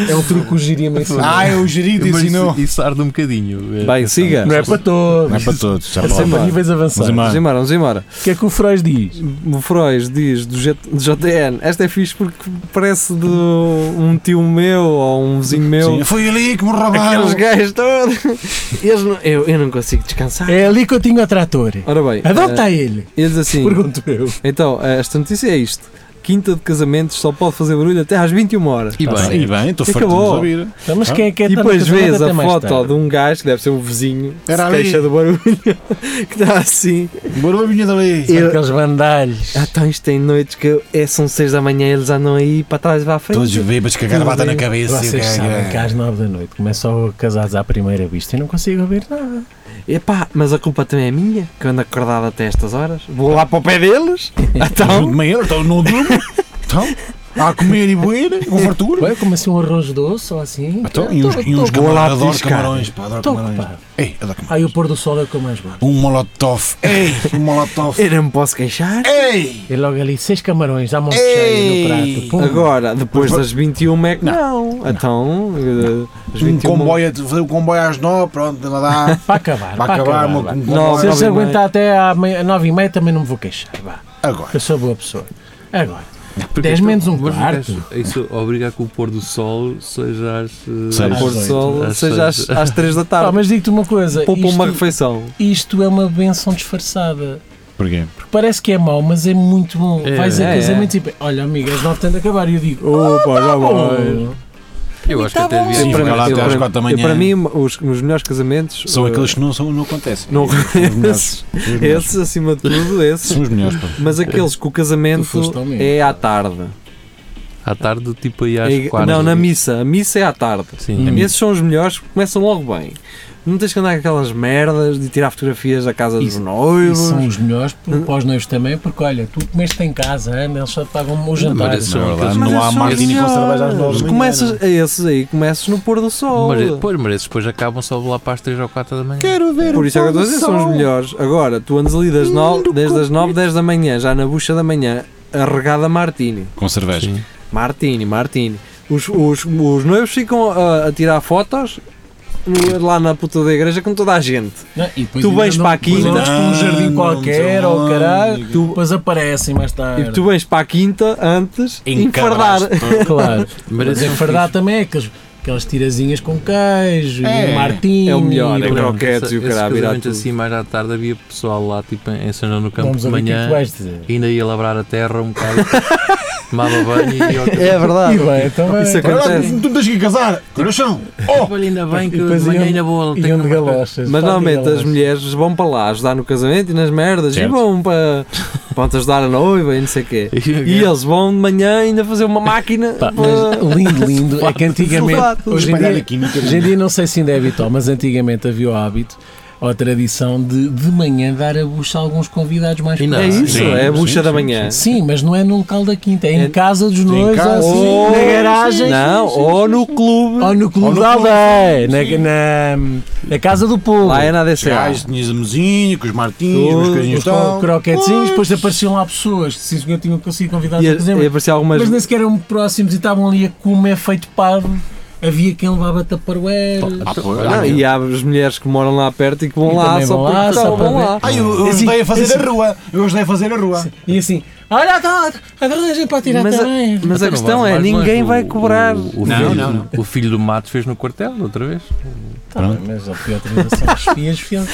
Speaker 4: é um truque que o Jiria me ensinou.
Speaker 6: Ah, o gerido
Speaker 7: Mas
Speaker 6: ensinou.
Speaker 7: isso, isso arde um bocadinho.
Speaker 3: Bem, siga.
Speaker 4: Não é para todos.
Speaker 6: Não é para todos, já
Speaker 4: É só
Speaker 6: pode.
Speaker 4: para níveis avançados.
Speaker 6: Vamos
Speaker 3: Vamos embora, vamos embora.
Speaker 4: O que é que o Freud diz?
Speaker 3: O Freud diz do J- do JN, esta é fixe porque parece de um tio meu ou um vizinho meu.
Speaker 6: Sim, foi ali que me roubaram.
Speaker 3: Aqueles gajos todos. Eles não- eu, eu não consigo descansar.
Speaker 4: É ali que eu tinha o trator.
Speaker 3: Ora bem,
Speaker 4: Aonde
Speaker 3: eh,
Speaker 4: está ele?
Speaker 3: eles assim.
Speaker 4: Pergunto eu.
Speaker 3: Então, esta notícia é isto. Quinta de casamentos só pode fazer barulho até às 21 horas.
Speaker 7: E
Speaker 6: Tá
Speaker 7: bem,
Speaker 6: E bem, estou
Speaker 3: E
Speaker 6: farto de
Speaker 3: acabou.
Speaker 6: nos ouvir.
Speaker 4: Então, mas quem é que é
Speaker 3: E depois vês a foto de um gajo que deve ser um vizinho que
Speaker 6: Era
Speaker 3: se
Speaker 6: ali.
Speaker 3: queixa do barulho que está assim.
Speaker 6: Barulhinho dali.
Speaker 3: Eu-
Speaker 4: Aqueles bandalhos.
Speaker 3: Ah, então isto tem noites que é, são 6 da manhã e eles andam aí para trás e para a frente.
Speaker 6: Todos bêbados com a gravata na cabeça. e o é,
Speaker 4: Vocês sabem que
Speaker 6: cara-
Speaker 4: às 9 da noite começam casados à primeira vista e não consigo ouvir nada.
Speaker 3: Epá, mas a culpa também é minha, que eu ando acordado até estas horas. Vou lá para o pé deles.
Speaker 6: Junto
Speaker 3: Então,
Speaker 6: de manhã, então não durmo. Então, a comer e beber, com fartura.
Speaker 4: Ué, como assim um arroz doce ou assim?
Speaker 6: Então, e uns,
Speaker 4: Tô-
Speaker 6: e uns
Speaker 3: vou lá
Speaker 6: camarões, adoro
Speaker 3: piscar.
Speaker 6: camarões, pá, adoro
Speaker 4: Tô
Speaker 6: camarões.
Speaker 4: ocupado.
Speaker 6: Ei, adoro camarões.
Speaker 4: Aí o pôr do sol é o que eu mais gosto.
Speaker 6: Um molotov, ei, um molotov,
Speaker 3: eu não me posso queixar.
Speaker 6: ei!
Speaker 4: E logo ali, seis camarões, dá mão
Speaker 6: Ei!
Speaker 4: cheia no prato. Pum.
Speaker 3: Agora, depois das 21 é que Hum. não. Então, eh, as
Speaker 6: Um
Speaker 3: 21
Speaker 6: comboio, a- fazer um comboio às nove, pronto, não dá.
Speaker 4: Para acabar,
Speaker 6: Vai
Speaker 4: para acabar.
Speaker 6: acabar, uma-
Speaker 4: vá.
Speaker 6: um
Speaker 3: Nove,
Speaker 4: Se
Speaker 6: comboio.
Speaker 4: eles
Speaker 3: nove e meia.
Speaker 4: aguentar até à meia- nove e meia também não me vou queixar. Vá.
Speaker 6: Agora,
Speaker 4: Eu sou boa pessoa. Agora,
Speaker 7: porque
Speaker 4: 10
Speaker 7: isto-
Speaker 4: menos um
Speaker 7: mas o
Speaker 4: quarto.
Speaker 7: gajo- Isso obriga a que o pôr do sol seja às. eh,
Speaker 6: Seis.
Speaker 3: a é pôr do sol,
Speaker 7: Às
Speaker 3: seja às,
Speaker 7: seis.
Speaker 3: às 3 da
Speaker 4: Pá,
Speaker 3: tarde.
Speaker 4: mas digo-te uma coisa:
Speaker 3: Ah, Poupa uma
Speaker 4: isto,
Speaker 3: refeição.
Speaker 4: isto é uma benção disfarçada.
Speaker 6: porquê?
Speaker 4: Porque parece que é mau, mas é muito bom.
Speaker 7: É,
Speaker 4: Vais
Speaker 3: é,
Speaker 4: a casamento e olha, amiga, as nove têm de acabar. E eu digo: "Oh,
Speaker 3: Opa, já
Speaker 4: vai.
Speaker 7: Eu acho que até
Speaker 6: Sim,
Speaker 7: devia.
Speaker 6: vai lá até
Speaker 3: eu-
Speaker 6: às quatro da manhã.
Speaker 3: eu, para mim, os, os melhores casamentos
Speaker 6: São
Speaker 3: eh,
Speaker 6: aqueles que não, são, não acontecem.
Speaker 3: Não-
Speaker 6: esses,
Speaker 3: Esses, acima de tudo, esses.
Speaker 6: são os melhores. pá.
Speaker 3: Mas aqueles que o
Speaker 4: Tu
Speaker 3: casamento
Speaker 4: foste ao mesmo.
Speaker 3: é à tarde.
Speaker 7: À tarde, tipo aí às
Speaker 3: É-
Speaker 7: quatro.
Speaker 3: não, na missa. A missa é à tarde.
Speaker 7: Sim.
Speaker 3: Esses são os melhores, porque começam logo bem. Não tens que andar com aquelas merdas de tirar fotografias da casa dos
Speaker 4: Isso- E
Speaker 3: noivos.
Speaker 4: são os melhores por- para os noivos também, porque olha, tu comeste em casa, anda, eles só te pagam o jantar.
Speaker 7: mas isso-
Speaker 6: Na
Speaker 7: São
Speaker 6: verdade,
Speaker 7: aqueles-
Speaker 3: Mas
Speaker 6: não há
Speaker 3: esses são
Speaker 6: marketing com
Speaker 3: os
Speaker 6: cerveja às nove.
Speaker 3: melhores.
Speaker 6: da manhã.
Speaker 3: Começas, a esses aí começas no pôr do sol.
Speaker 7: Mas, pois, mas esses depois acabam só lá para as 3 ou 4 da manhã.
Speaker 6: Quero ver.
Speaker 3: Por isso é que eu estou a dizer, são os melhores. Agora, tu andas ali das 9, desde as 9, 10 da manhã, já na bucha da manhã, a regada Martini.
Speaker 6: Com cerveja.
Speaker 7: Sim.
Speaker 3: Martini, Martini. Os, os, os noivos ficam a, a tirar fotos no- lá na puta da igreja com toda a gente.
Speaker 4: Não, e depois
Speaker 3: Tu
Speaker 4: ainda
Speaker 3: vens
Speaker 4: não-
Speaker 3: para aqui-
Speaker 4: depois andas por um jardim
Speaker 6: Não,
Speaker 4: qualquer,
Speaker 6: não,
Speaker 4: ou caralho,
Speaker 6: amigo.
Speaker 4: tu- depois aparecem mais tarde.
Speaker 3: E tu vens para a quinta antes enfardar.
Speaker 6: Encabras-te.
Speaker 4: Claro.
Speaker 7: Mas
Speaker 4: Mas
Speaker 7: esses
Speaker 4: é
Speaker 7: são
Speaker 4: verdade também é aqueles, aquelas tirazinhas com queijo,
Speaker 6: É.
Speaker 4: e martim.
Speaker 3: É o melhor,
Speaker 4: e
Speaker 3: é
Speaker 4: pronto.
Speaker 3: o croquetes e o
Speaker 7: Esse- esse
Speaker 3: caralho. virar
Speaker 7: casamento
Speaker 3: tudo.
Speaker 7: assim, mais à tarde havia pessoal lá, tipo, em São João no Campo
Speaker 4: Vamos
Speaker 7: de
Speaker 4: ouvir o que é
Speaker 7: manhã.
Speaker 4: que vais dizer.
Speaker 7: Ainda ia labrar a terra um bocado, tomava banho e ia ao
Speaker 3: É
Speaker 4: E
Speaker 3: verdade.
Speaker 4: bem, então vai.
Speaker 3: Isso é
Speaker 4: Então,
Speaker 3: acontece.
Speaker 6: Caralho, tu tens que casar. Coração. Oh!
Speaker 7: Olha, ainda bem que
Speaker 4: E depois
Speaker 7: de manhã
Speaker 4: iam-
Speaker 7: ainda vou.
Speaker 4: e
Speaker 7: tenho
Speaker 4: um de
Speaker 7: uma-
Speaker 4: galochas.
Speaker 3: Mas
Speaker 4: pá, de
Speaker 3: normalmente as
Speaker 4: galochas.
Speaker 3: mulheres vão para lá ajudar no casamento e nas merdas
Speaker 6: Certo.
Speaker 3: e vão para, para ajudar a noiva e não sei o quê. E eles vão de manhã ainda fazer uma máquina.
Speaker 4: Pá,
Speaker 3: para-
Speaker 4: mas lindo, lindo. É que antigamente.
Speaker 3: Exato.
Speaker 4: Hoje em
Speaker 6: Espalhar
Speaker 4: dia,
Speaker 6: aqui, nunca vi.
Speaker 4: hoje em dia não sei se ainda é habitual, mas antigamente havia o hábito ou a tradição de de manhã dar a bucha a alguns convidados mais
Speaker 7: Ainda
Speaker 3: É
Speaker 4: próximos.
Speaker 3: isso,
Speaker 7: Sim,
Speaker 3: é a bucha
Speaker 6: sim,
Speaker 3: da
Speaker 6: sim,
Speaker 3: manhã.
Speaker 4: Sim, mas não é no local da quinta, é em
Speaker 3: É-
Speaker 4: casa dos noivos
Speaker 6: casa,
Speaker 4: ou
Speaker 3: sim.
Speaker 4: assim, na garagem.
Speaker 3: Não, ou no clube.
Speaker 4: Ou no clube
Speaker 6: Ou no
Speaker 4: da
Speaker 6: clube,
Speaker 4: aldeia, na, na, na casa do povo.
Speaker 3: Lá é na
Speaker 6: Os
Speaker 3: DCA.
Speaker 6: gajos, tinhas a mesinha, com os martins, com as
Speaker 4: Os,
Speaker 6: coisinhas
Speaker 4: os
Speaker 6: tal.
Speaker 3: então.
Speaker 4: croquetezinhos, depois apareciam lá pessoas que se eu tinham conseguido convidar
Speaker 3: E,
Speaker 4: a fazer,
Speaker 3: e aparecia algumas.
Speaker 4: mas nem sequer eram próximos e estavam ali a comer feito parvo. Havia quem levava taparoeira.
Speaker 6: Ah, pô,
Speaker 3: Não, e há as mulheres que moram lá perto e que vão
Speaker 4: E
Speaker 3: lá
Speaker 4: também
Speaker 3: só
Speaker 4: vão
Speaker 3: porque
Speaker 4: lá,
Speaker 3: estão,
Speaker 4: só para
Speaker 3: vão
Speaker 4: ver.
Speaker 3: lá.
Speaker 6: Ai, eu, eu
Speaker 4: Esse-
Speaker 6: ajudei a fazer
Speaker 4: esse-
Speaker 6: a rua. Eu ajudei a fazer a rua.
Speaker 4: E assim, olha, tá, agora gente para tirar
Speaker 3: Mas a-
Speaker 4: também.
Speaker 3: Mas a
Speaker 7: Então não
Speaker 3: questão
Speaker 7: vais
Speaker 3: é,
Speaker 7: mais
Speaker 3: ninguém
Speaker 7: longe.
Speaker 3: vai
Speaker 7: O-
Speaker 3: cobrar.
Speaker 7: O, o
Speaker 6: Não,
Speaker 7: filho,
Speaker 6: não, não.
Speaker 7: o filho do Matos fez no quartel, outra vez.
Speaker 4: Tá bem, mas a pior transação dos fias, fias.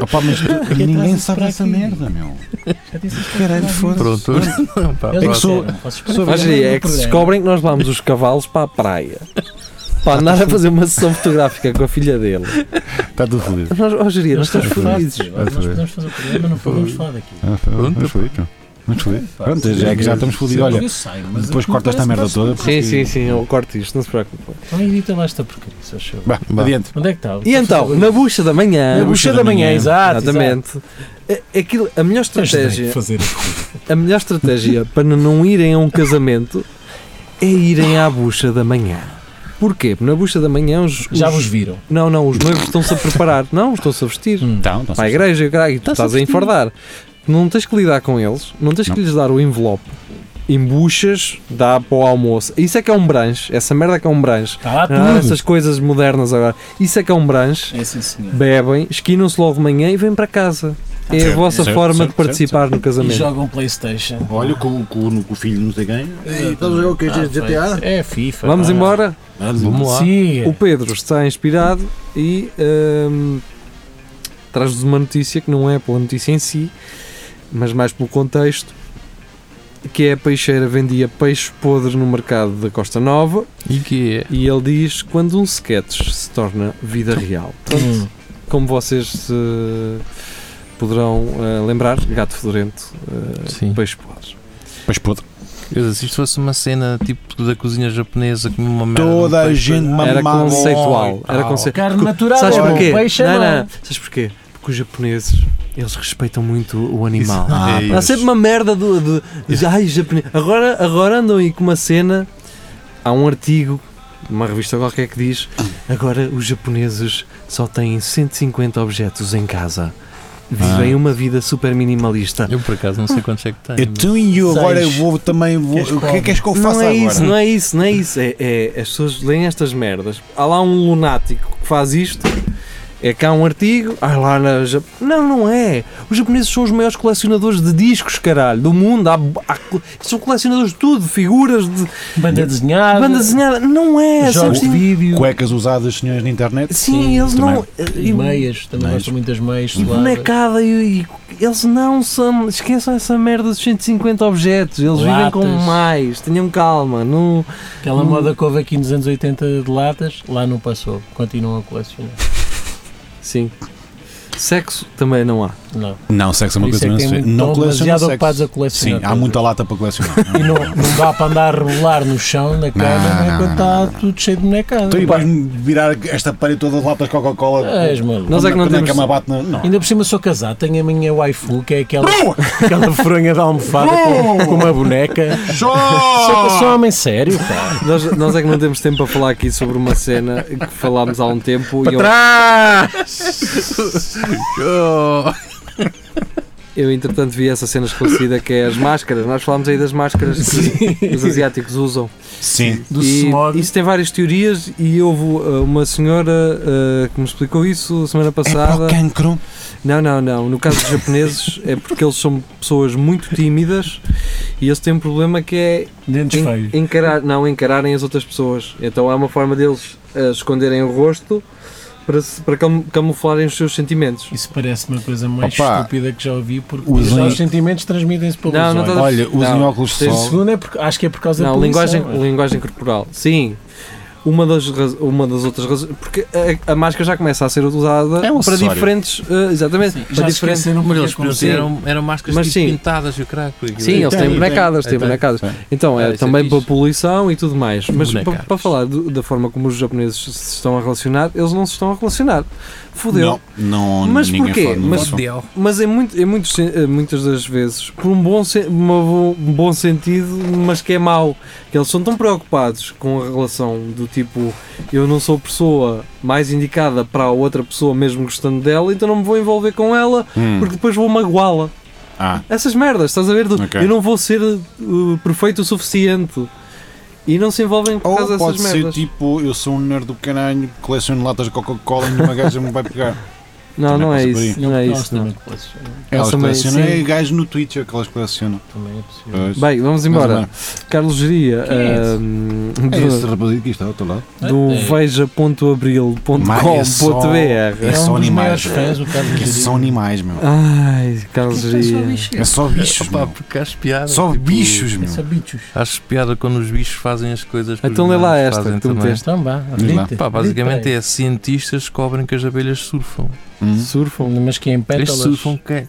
Speaker 6: Rapá, mas tu-
Speaker 4: que
Speaker 6: ninguém
Speaker 4: trazes
Speaker 6: sabe
Speaker 4: para
Speaker 6: dessa
Speaker 4: aqui?
Speaker 6: merda, meu.
Speaker 4: Já disse isto.
Speaker 6: Caralho, foda-se.
Speaker 7: Pronto. Pá,
Speaker 4: Eles não
Speaker 6: que
Speaker 7: pronto.
Speaker 6: sou-
Speaker 4: querem, não posso
Speaker 6: sou-
Speaker 3: Mas aí, é que se descobrem que nós levámos os cavalos para a praia. Para andar a fazer uma sessão fotográfica com a filha dele.
Speaker 6: Está tudo fodido.
Speaker 3: Nós, oh, geria, nós estamos
Speaker 4: Fácil,
Speaker 3: felizes.
Speaker 4: Nós podemos fazer o programa, não podemos falar daqui.
Speaker 6: Ah, foi-
Speaker 7: Pronto.
Speaker 6: Vamos fodido. Vamos fodido. Pronto, já é que já estamos fodidos. Olha,
Speaker 4: Eu sei, mas
Speaker 6: depois
Speaker 4: não
Speaker 6: corta esta
Speaker 4: parece
Speaker 6: merda
Speaker 4: fácil.
Speaker 6: toda.
Speaker 3: Sim,
Speaker 6: porque-
Speaker 3: sim, sim, eu corto isto, não se preocupe.
Speaker 4: Então edita lá esta porcaria, se achou.
Speaker 6: Bah,
Speaker 7: Bah.
Speaker 6: Adiante.
Speaker 4: Onde é que está?
Speaker 3: E então, na bucha da manhã.
Speaker 4: Na bucha da manhã, exato.
Speaker 3: Exatamente. A- Aquilo, a melhor estratégia,
Speaker 4: Então Fazer
Speaker 3: a melhor estratégia para não irem a um casamento é irem à bucha da manhã. Porquê? Porque na bucha da manhã os,
Speaker 4: Já
Speaker 3: os-
Speaker 4: vos viram.
Speaker 3: não, não, os noivos estão-se a preparar, não, estão-se a vestir.
Speaker 6: Então, então,
Speaker 3: Para a igreja, e o caralho, e tu
Speaker 6: Está-se a
Speaker 3: estás a
Speaker 6: vestir.
Speaker 3: enfardar. Não tens que lidar com eles, não tens que
Speaker 6: Não.
Speaker 3: lhes dar o envelope. Em buchas, dá para o almoço. Isso é que é um branche, essa merda que é um branche.
Speaker 4: Está lá
Speaker 3: Ah,
Speaker 4: Tá tudo.
Speaker 3: essas coisas modernas agora. Isso é que é um branche.
Speaker 4: É sim, senhor.
Speaker 3: Bebem, esquinam-se logo de manhã e vêm para casa. É a
Speaker 6: Certo,
Speaker 3: vossa
Speaker 6: certo,
Speaker 3: forma
Speaker 6: certo,
Speaker 3: de participar no
Speaker 4: E
Speaker 3: casamento.
Speaker 4: jogam Playstation.
Speaker 6: Olha, com, com, com o filho não sei quem. Estás a jogar o que? GTA?
Speaker 4: É FIFA.
Speaker 3: Vamos
Speaker 4: vá.
Speaker 3: embora?
Speaker 7: Vamos lá.
Speaker 3: O
Speaker 4: Siga.
Speaker 3: Pedro está inspirado e hum, traz-nos uma notícia que não é pela notícia em si, mas mais pelo contexto, que é a peixeira vendia peixe podre no mercado da Costa Nova
Speaker 7: E que é?
Speaker 3: e ele diz quando um sketch se torna vida real. Portanto,
Speaker 4: Hum.
Speaker 3: como vocês se poderão eh, lembrar, gato fedorento, eh,
Speaker 7: Sim.
Speaker 3: peixe podre.
Speaker 6: Pois puto.
Speaker 7: Eu disse, se isto fosse uma cena tipo da cozinha japonesa com uma merda.
Speaker 6: Toda
Speaker 7: num
Speaker 6: a
Speaker 7: peixe,
Speaker 6: gente mamava.
Speaker 3: Era conceitual. Era conce...
Speaker 4: Carne
Speaker 3: Porque-
Speaker 4: natural,
Speaker 3: Sabes
Speaker 4: olha,
Speaker 3: porquê?
Speaker 4: peixe
Speaker 3: não,
Speaker 4: não.
Speaker 3: não. Sabes porquê? Porque os japoneses, eles respeitam muito o animal.
Speaker 6: Ah,
Speaker 7: É
Speaker 3: Há sempre uma merda do, do- de- ai, japonês. Agora, agora andam aí com uma cena. Há um artigo, uma revista qualquer que diz: agora os japoneses só têm 150 objetos em casa. Vivem uma vida super minimalista.
Speaker 7: Eu por acaso não sei quantos é que tem. mas-
Speaker 6: Então e eu agora eu
Speaker 4: Seis.
Speaker 6: vou também. Vou,
Speaker 4: Queres
Speaker 6: o que é que queres que eu faça
Speaker 3: Não é
Speaker 6: agora?
Speaker 3: isso, não é isso, não é isso. É, é- as pessoas leem estas merdas. Há lá um lunático que faz isto. É cá um artigo. Ah, lá na Jap- Não, não é. Os japoneses são os maiores colecionadores de discos, caralho, do mundo. Há- há co- são colecionadores de tudo, figuras de
Speaker 4: Banda desenhada.
Speaker 3: banda desenhada. Não é. são
Speaker 4: Jogos de
Speaker 3: assim-
Speaker 4: vídeo.
Speaker 6: Cuecas usadas, senhores na internet?
Speaker 3: Sim, eles
Speaker 6: também.
Speaker 3: não. eh,
Speaker 4: E
Speaker 3: e-
Speaker 4: meias. Também
Speaker 6: Meias.
Speaker 4: gosto muito das meias.
Speaker 3: e
Speaker 4: soladas.
Speaker 3: bonecada e, e eles não são. Esqueçam essa merda dos 150 objetos. Eles vivem com
Speaker 4: Latas.
Speaker 3: mais. Tenham calma. Não.
Speaker 4: Aquela
Speaker 3: Hum.
Speaker 4: moda que houve aqui nos anos 80 de latas, lá não passou. Continuam a colecionar.
Speaker 3: Sim. Sexo também não há.
Speaker 4: Não.
Speaker 6: Não, sexo é uma
Speaker 4: Por isso
Speaker 6: coisa
Speaker 4: é que tem
Speaker 6: que não
Speaker 4: muito-
Speaker 6: se Não
Speaker 4: estão
Speaker 6: coleciona
Speaker 4: demasiado
Speaker 6: sexo.
Speaker 4: ocupados a colecionar
Speaker 6: Sim, há
Speaker 4: coisas.
Speaker 6: muita lata para colecionar.
Speaker 4: E não, não dá para andar a rolar no chão, na
Speaker 6: Não,
Speaker 4: cama,
Speaker 6: não,
Speaker 4: né,
Speaker 6: não,
Speaker 4: quando está tudo cheio de bonecada.
Speaker 6: Então e
Speaker 4: Pá,
Speaker 6: vais-me virar esta parede toda de latas de Coca-Cola?
Speaker 4: és maluco.
Speaker 3: Nós é que não
Speaker 6: Quando
Speaker 3: temos.
Speaker 6: a cama bate na... Não.
Speaker 4: Ainda por cima sou casado, tenho a minha waifu, que é aquela, aquela fronha de almofada com, com uma boneca.
Speaker 6: Oh!
Speaker 4: Sou, sou homem sério, pá.
Speaker 3: Nós, nós é que não temos tempo para falar aqui sobre uma cena que falámos há um tempo e eu,
Speaker 7: Oh,
Speaker 3: eu entretanto vi essa cena esclarecida que é as máscaras. Nós falámos aí das máscaras que os asiáticos usam.
Speaker 6: Sim.
Speaker 4: Do
Speaker 3: e
Speaker 4: smog.
Speaker 3: isso tem várias teorias e houve uh, uma senhora uh, que me explicou isso a
Speaker 4: É
Speaker 3: semana passada.
Speaker 6: É cancro.
Speaker 3: Não, não, não. No caso dos japoneses é porque eles são pessoas muito tímidas e eles têm um problema que é
Speaker 4: Dentes
Speaker 3: En-
Speaker 4: feios.
Speaker 3: encarar, não, encararem as outras pessoas. Então há uma forma deles eh, esconderem o rosto para, se- para cam- camuflarem os seus sentimentos.
Speaker 4: Isso parece-me a coisa mais
Speaker 6: Opa.
Speaker 4: estúpida que já ouvi, porque
Speaker 6: Os
Speaker 4: já
Speaker 6: in-
Speaker 4: os sentimentos transmitem-se pelos
Speaker 3: Não, não
Speaker 4: olhos.
Speaker 3: estás
Speaker 6: Olha, usem
Speaker 3: Não.
Speaker 6: óculos de
Speaker 3: Tem-
Speaker 6: sol.
Speaker 4: Segundo é porque acho que é por causa da
Speaker 3: Não,
Speaker 4: poluição.
Speaker 3: linguagem, linguagem corporal. Sim. Uma das, raz- uma das outras razões. Porque a, a máscara já começa a ser usada
Speaker 6: É um
Speaker 3: para
Speaker 6: acessório.
Speaker 3: diferentes. eh, exatamente.
Speaker 5: Sim,
Speaker 3: para
Speaker 5: já
Speaker 3: diferentes.
Speaker 5: esqueceram
Speaker 7: Mas
Speaker 5: porque
Speaker 7: eles
Speaker 5: é como
Speaker 7: podiam
Speaker 5: se-
Speaker 7: ter,
Speaker 3: um
Speaker 7: eram, eram máscaras
Speaker 3: Mas
Speaker 7: tipo
Speaker 3: sim.
Speaker 7: pintadas e é tipo- o crack.
Speaker 3: Sim, eles têm é bonecadas, têm bonecadas.
Speaker 6: Tem.
Speaker 3: Então,
Speaker 7: Ah,
Speaker 3: é
Speaker 7: isso é
Speaker 3: também
Speaker 7: fixe.
Speaker 3: para poluição e tudo mais. Mas pa- para,
Speaker 7: Bonecadas.
Speaker 3: falar do- da forma como os japoneses se estão a relacionar, eles não se estão a relacionar. Fodeu.
Speaker 6: Não, não,
Speaker 3: Mas
Speaker 6: ninguém
Speaker 3: porquê?
Speaker 6: fala, não
Speaker 4: É
Speaker 3: Mas-
Speaker 6: fala.
Speaker 7: Ideal.
Speaker 3: Mas em, muito, em muitos, sen- eh, muitas das vezes, por um bom, sen- uma bo- um bom sentido, mas que é mau. Que eles são tão preocupados com a relação do tipo, eu não sou a pessoa mais indicada para a outra pessoa, mesmo gostando dela, então não me vou envolver com ela,
Speaker 6: Hum,
Speaker 3: porque depois vou magoá-la.
Speaker 6: Ah,
Speaker 3: Essas merdas, estás a ver? Do,
Speaker 6: Ok.
Speaker 3: Eu não vou ser uh, perfeito o suficiente. E não se envolvem por causa
Speaker 6: ou pode
Speaker 3: dessas
Speaker 6: ser
Speaker 3: merdas.
Speaker 6: tipo, eu sou um nerd do caralho, coleciono latas de Coca-Cola e uma gaja me vai pegar.
Speaker 3: não,
Speaker 6: também
Speaker 3: não é
Speaker 6: passa por
Speaker 3: isso.
Speaker 5: Ele-
Speaker 3: Não é
Speaker 5: eles
Speaker 3: isso.
Speaker 5: também
Speaker 3: não.
Speaker 5: colecionam.
Speaker 6: Elas
Speaker 3: também-
Speaker 6: colecionam,
Speaker 3: sim.
Speaker 6: é gajo no Twitch é que elas colecionam.
Speaker 5: Também é possível.
Speaker 6: Pois.
Speaker 3: Bem, vamos
Speaker 6: Mas,
Speaker 3: embora.
Speaker 6: bem,
Speaker 3: Carlos Geria,
Speaker 5: Quem é esse?
Speaker 3: hum,
Speaker 6: É
Speaker 3: do-
Speaker 6: esse rapazinho que está ao teu lado.
Speaker 3: do
Speaker 5: É. É um
Speaker 3: veja.abril.com.br
Speaker 6: Mas é só- É só
Speaker 5: dos
Speaker 6: animais,
Speaker 5: maiores
Speaker 6: é.
Speaker 5: fãs, o Carlos
Speaker 6: Que
Speaker 5: Jardim.
Speaker 6: são animais, meu.
Speaker 3: Ai, Carlos
Speaker 5: Porque é só
Speaker 3: Geria.
Speaker 5: bichos.
Speaker 6: É só bichos,
Speaker 7: Opa,
Speaker 6: meu.
Speaker 7: porque acho piada.
Speaker 6: Só
Speaker 7: tipo,
Speaker 6: bichos,
Speaker 5: É
Speaker 6: meu.
Speaker 5: só bichos.
Speaker 7: Acho piada quando os bichos fazem as coisas que
Speaker 3: Então
Speaker 7: os
Speaker 3: lê lá
Speaker 7: humanos
Speaker 3: esta
Speaker 7: fazem
Speaker 3: que tu
Speaker 7: também.
Speaker 3: meteste.
Speaker 5: Então vá,
Speaker 6: Diz lá.
Speaker 5: acredita.
Speaker 7: Pá, basicamente é cientistas descobrem que as abelhas surfam.
Speaker 6: Hum.
Speaker 3: Surfam.
Speaker 5: Mas que é em pétalas.
Speaker 7: Este surfam que é-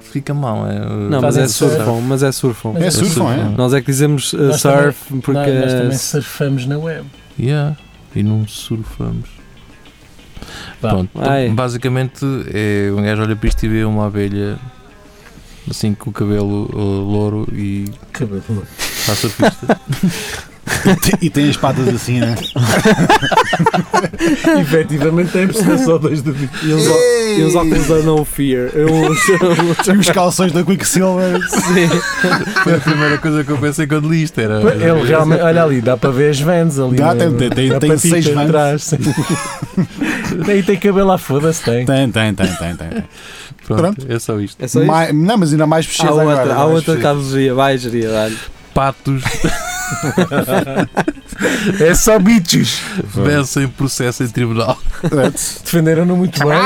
Speaker 7: fica mal. É,
Speaker 3: Não, mas
Speaker 5: Fazem
Speaker 3: é
Speaker 5: surf.
Speaker 3: surfam, mas é surfam.
Speaker 5: Mas
Speaker 6: É surfam,
Speaker 7: surfam.
Speaker 6: é?
Speaker 3: Nós é que dizemos uh,
Speaker 5: Nós
Speaker 3: surf porque.
Speaker 5: Não, nós
Speaker 3: uh,
Speaker 5: também surfamos na web.
Speaker 7: Yeah. E não surfamos.
Speaker 5: Vá.
Speaker 7: Pronto, Então,
Speaker 3: Ai.
Speaker 7: basicamente é, um gajo olha para isto e vê uma abelha assim com o cabelo uh, louro e
Speaker 5: Cabelo.
Speaker 7: está surfista.
Speaker 6: E tem as patas assim, né?
Speaker 4: Efetivamente é preciso só dois de
Speaker 3: e os ó- e os óculos da No Fear. Eu
Speaker 6: E os calções da Quicksilver.
Speaker 3: Sim.
Speaker 7: Foi a primeira coisa que eu pensei quando li isto. Era,
Speaker 4: Ele realmente, olha ali, dá para ver as vans ali. né?
Speaker 6: Dá,
Speaker 4: na-
Speaker 6: tem- tem- tem-
Speaker 4: na
Speaker 6: tem
Speaker 4: patita
Speaker 6: seis
Speaker 4: de
Speaker 6: vans.
Speaker 4: trás, sim. Tem, tem cabelo à foda-se, tem.
Speaker 6: Tem, tem, tem, tem, tem.
Speaker 7: Pronto, é só isto.
Speaker 3: É só isso.
Speaker 6: Mais- não, mas ainda mais
Speaker 3: Há
Speaker 6: pesquisa agora.
Speaker 3: outra, há
Speaker 6: mais
Speaker 3: outra
Speaker 6: pesquisa.
Speaker 3: Carlos Geria. Vai, Geria, dá-lhe.
Speaker 7: Patos
Speaker 4: É só bichos.
Speaker 7: vencem processo em tribunal.
Speaker 4: Defenderam-no muito bem.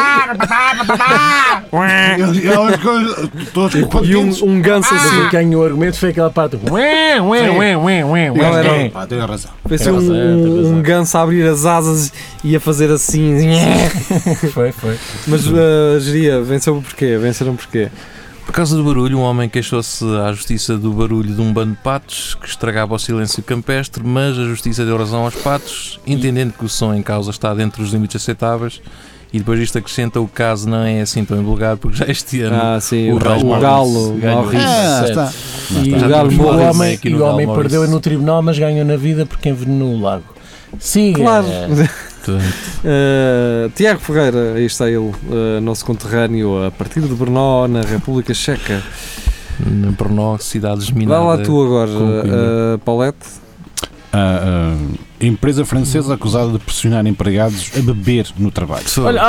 Speaker 6: Eles- elas coisas- todos
Speaker 3: E um,
Speaker 6: competentes.
Speaker 3: um ganso
Speaker 4: Mas
Speaker 3: assim.
Speaker 4: quem ganhou o argumento foi aquela parte. do Ué, ué,
Speaker 6: Sim.
Speaker 4: ué, ué, ué,
Speaker 6: E eles,
Speaker 4: ué.
Speaker 3: era-
Speaker 6: É,
Speaker 3: um-
Speaker 6: pá, tem razão.
Speaker 3: Parecia um,
Speaker 4: Tem razão, tem
Speaker 3: um,
Speaker 4: razão.
Speaker 3: um ganso a abrir as asas e a fazer assim.
Speaker 4: Foi, foi.
Speaker 3: Mas uh, Geria, venceu porquê? Venceram porquê?
Speaker 7: Por causa do barulho, um homem queixou-se à justiça do barulho de um bando de patos que estragava o silêncio campestre, mas a justiça deu razão aos patos, entendendo que o som em causa está dentro dos limites aceitáveis. E depois isto acrescenta o caso não é assim tão invulgar, porque já este ano
Speaker 3: Ah, sim,
Speaker 7: o
Speaker 3: o,
Speaker 7: Raiz
Speaker 3: o Galo,
Speaker 7: Morris ganhou.
Speaker 3: Maurice.
Speaker 6: Ah,
Speaker 4: sete.
Speaker 6: está.
Speaker 4: E
Speaker 7: está.
Speaker 4: o
Speaker 7: Já
Speaker 4: galo-
Speaker 7: temos
Speaker 4: o
Speaker 7: Maurício
Speaker 4: homem,
Speaker 7: aqui
Speaker 4: e
Speaker 7: no
Speaker 4: o homem
Speaker 7: Maurício.
Speaker 4: perdeu no tribunal, mas ganhou na vida porque envenenou o lago. Siga.
Speaker 3: Claro.
Speaker 7: Portanto,
Speaker 3: Uh, Tiago Ferreira, aí está ele, uh, nosso conterrâneo, a partir de Brno, na República Checa.
Speaker 7: Na Brno, cidades
Speaker 3: Vá lá
Speaker 7: minadas.
Speaker 3: tu agora,
Speaker 7: é. com Cunha.
Speaker 3: uh, Paulette.
Speaker 6: Ah, ah, empresa francesa acusada de pressionar empregados a beber no trabalho.
Speaker 4: Olha,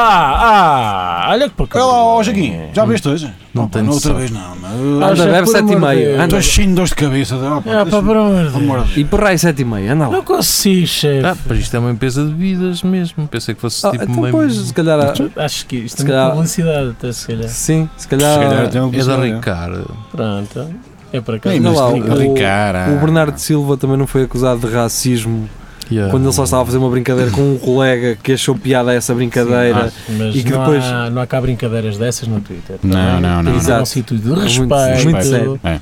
Speaker 4: ah, ah, olha que porcaria.
Speaker 6: Olha lá, ó Joaquim, já viste hoje?
Speaker 7: Não
Speaker 6: Opa,
Speaker 7: tenho
Speaker 6: outra
Speaker 7: noção.
Speaker 6: vez não. mas-
Speaker 4: Ah,
Speaker 3: Anda,
Speaker 4: já,
Speaker 3: bebe
Speaker 4: por
Speaker 3: 7,5.
Speaker 4: amor de Deus.
Speaker 3: Anda,
Speaker 6: Estou cheio de dores de cabeça. Ah, pá,
Speaker 4: Ah, pá,
Speaker 6: deixa-me-
Speaker 4: pelo amor de
Speaker 6: pelo amor
Speaker 4: Deus.
Speaker 6: de Deus.
Speaker 3: e porra, 7,5, anda lá.
Speaker 4: Não consigo, chefe.
Speaker 7: Ah, mas isto é uma empresa de vidas mesmo. Pensei que fosse
Speaker 3: Ah,
Speaker 7: tipo
Speaker 3: então,
Speaker 7: uma.
Speaker 3: pois, se calhar. ah,
Speaker 4: Acho que isto
Speaker 3: Se
Speaker 4: é uma
Speaker 3: calhar-
Speaker 4: publicidade, até se calhar.
Speaker 3: Sim, se
Speaker 6: Se calhar
Speaker 3: calhar.
Speaker 6: tem uma
Speaker 7: É da
Speaker 6: publicidade.
Speaker 7: Ricard.
Speaker 4: Pronto. É para cá.
Speaker 6: Ei,
Speaker 3: Olha
Speaker 6: mas
Speaker 3: lá,
Speaker 6: Ri-
Speaker 3: o-
Speaker 6: Ricard,
Speaker 3: O
Speaker 6: ah.
Speaker 3: Bernardo Silva também não foi acusado de racismo quando ele só estava a fazer uma brincadeira com um colega que achou piada a essa brincadeira.
Speaker 4: Mas
Speaker 3: E que
Speaker 4: não,
Speaker 3: depois-
Speaker 4: há, não há cá brincadeiras dessas no Twitter.
Speaker 6: Não,
Speaker 4: também.
Speaker 6: não, não,
Speaker 4: Isso é
Speaker 3: não.
Speaker 4: um sítio de
Speaker 3: muito-
Speaker 4: respeito.
Speaker 3: muito sério.
Speaker 6: É.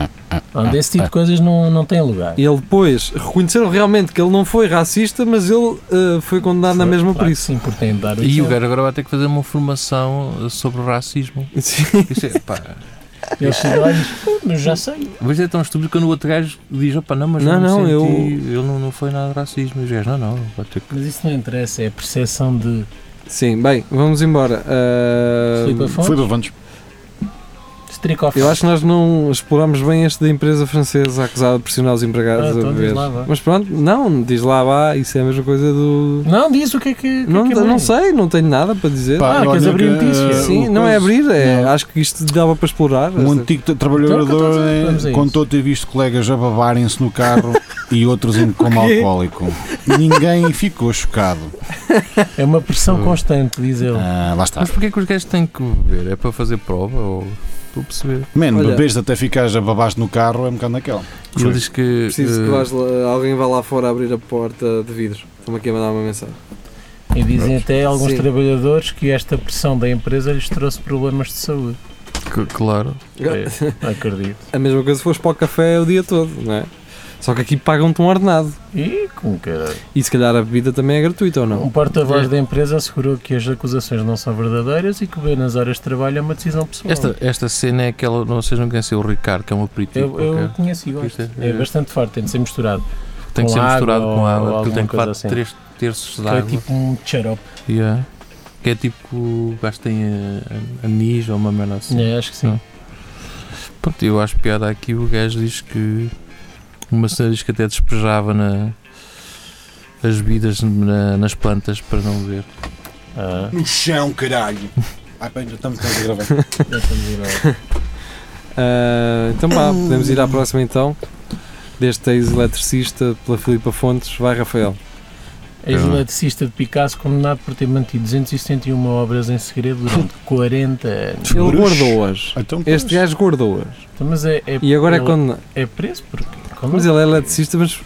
Speaker 4: Hã?
Speaker 6: Ah,
Speaker 4: onde esse tipo de coisas não, não tem lugar.
Speaker 3: E ele depois reconheceram realmente que ele não foi racista, mas ele ah, foi condenado na mesma
Speaker 4: Claro
Speaker 3: por
Speaker 4: que
Speaker 3: isso.
Speaker 4: Sim, por tem de dar
Speaker 7: E o
Speaker 4: exemplo.
Speaker 7: gajo agora vai ter que fazer uma formação eh, sobre o racismo.
Speaker 3: Sim.
Speaker 7: Isso é, pá,
Speaker 4: Ele chega lá e diz, "Pô, mas já sei.
Speaker 7: mas é tão estúpido quando o outro gajo diz: opa, não, mas
Speaker 3: Não,
Speaker 7: não, não,
Speaker 3: não,
Speaker 7: eu... eu não, não foi nada de racismo. E os gajos, não, não, vai ter que.
Speaker 4: Mas isso não interessa, é a percepção de
Speaker 3: Sim, bem, vamos embora. Ah,
Speaker 4: Filipe
Speaker 6: Foi
Speaker 4: Afonso,
Speaker 6: para Vantes.
Speaker 4: Strick Off.
Speaker 3: eu acho que nós não exploramos bem este da empresa francesa acusada de pressionar os
Speaker 4: Ah,
Speaker 3: empregados a
Speaker 4: então diz
Speaker 3: beber.
Speaker 4: lá, vá.
Speaker 3: Mas pronto, não, diz lá, vá, isso é a mesma coisa do.
Speaker 4: Não, diz o que é que. o que
Speaker 3: Não,
Speaker 4: é que é
Speaker 3: não
Speaker 4: bom.
Speaker 3: sei, não tenho nada para dizer.
Speaker 6: Pá,
Speaker 4: Ah,
Speaker 6: olha
Speaker 4: queres
Speaker 6: que,
Speaker 4: abrir notícias?
Speaker 6: eh,
Speaker 3: Sim,
Speaker 6: o
Speaker 3: não é
Speaker 6: coisa-
Speaker 3: abrir, é,
Speaker 6: Não.
Speaker 3: acho que isto dava para explorar.
Speaker 6: Um
Speaker 3: esta-
Speaker 6: antigo
Speaker 4: Então,
Speaker 6: trabalhador
Speaker 4: então,
Speaker 6: eh,
Speaker 4: vamos a isso.
Speaker 6: contou ter visto colegas a babarem-se no carro e outros em coma
Speaker 3: quê?
Speaker 6: alcoólico. Ninguém ficou chocado.
Speaker 4: É uma pressão constante, diz ele.
Speaker 6: Ah, lá está.
Speaker 7: Mas porquê que os gajos têm que beber? É para fazer prova? Ou... estou a perceber.
Speaker 6: Mano,
Speaker 3: Olha.
Speaker 6: bebeste até ficares abaixo no carro, é um bocado naquela.
Speaker 7: E ele diz que.
Speaker 3: Preciso
Speaker 7: eh,
Speaker 3: que vás lá- alguém vá lá fora abrir a porta de vidros. Estão-me aqui a mandar uma mensagem.
Speaker 4: E dizem até alguns
Speaker 3: Sim.
Speaker 4: trabalhadores que esta pressão da empresa lhes trouxe problemas de saúde.
Speaker 7: que- claro.
Speaker 4: É, acredito.
Speaker 3: A mesma coisa se fores para o café o dia todo, não é? Só que aqui pagam-te um ordenado.
Speaker 4: E com caralho.
Speaker 3: E se calhar a bebida também é gratuita ou
Speaker 4: Um
Speaker 3: não?
Speaker 4: porta-voz
Speaker 7: É.
Speaker 4: da empresa assegurou que as acusações não são verdadeiras e que beber nas horas de trabalho é uma decisão pessoal.
Speaker 7: Esta, esta cena é aquela. Não, vocês não conhecem o Ricardo, que é um aperitivo.
Speaker 4: eu, eu
Speaker 7: qualquer.
Speaker 4: conheço e gosto.
Speaker 7: Isto é-
Speaker 4: É bastante forte, tem de ser misturado.
Speaker 7: Tem que
Speaker 4: com
Speaker 7: ser
Speaker 4: água
Speaker 7: misturado
Speaker 4: ou-
Speaker 7: com
Speaker 4: ou
Speaker 7: água. Aquilo tem
Speaker 4: alguma coisa
Speaker 7: 4,
Speaker 4: assim.
Speaker 7: 3 terços de
Speaker 4: Que é
Speaker 7: água.
Speaker 4: tipo um xarope.
Speaker 7: Yeah. Que é tipo. O gajo tem eh, anis ou uma merda assim.
Speaker 4: É, acho que sim.
Speaker 7: Pronto, eu acho piada aqui. O gajo diz que. Uma cena diz que até despejava na- as bebidas na- nas plantas para não beber.
Speaker 4: Ah,
Speaker 6: No chão, caralho! Ai, bem, já estamos quase a gravar.
Speaker 4: já estamos a ir
Speaker 3: Ah, então vá, podemos ir à próxima então. Deste ex-eletricista pela Filipa Fontes. Vai, Rafael.
Speaker 4: ao- Ex-eletricista É de Picasso condenado por ter mantido 271 obras em segredo durante 40 anos.
Speaker 3: Ele
Speaker 6: Bruxo.
Speaker 3: guardou-as.
Speaker 6: Então,
Speaker 3: Este gajo guardou-as.
Speaker 4: Então, Mas é, é,
Speaker 3: E agora é
Speaker 4: ele
Speaker 3: quando.
Speaker 4: é preso porque
Speaker 3: Mas ele é eletricista, mas.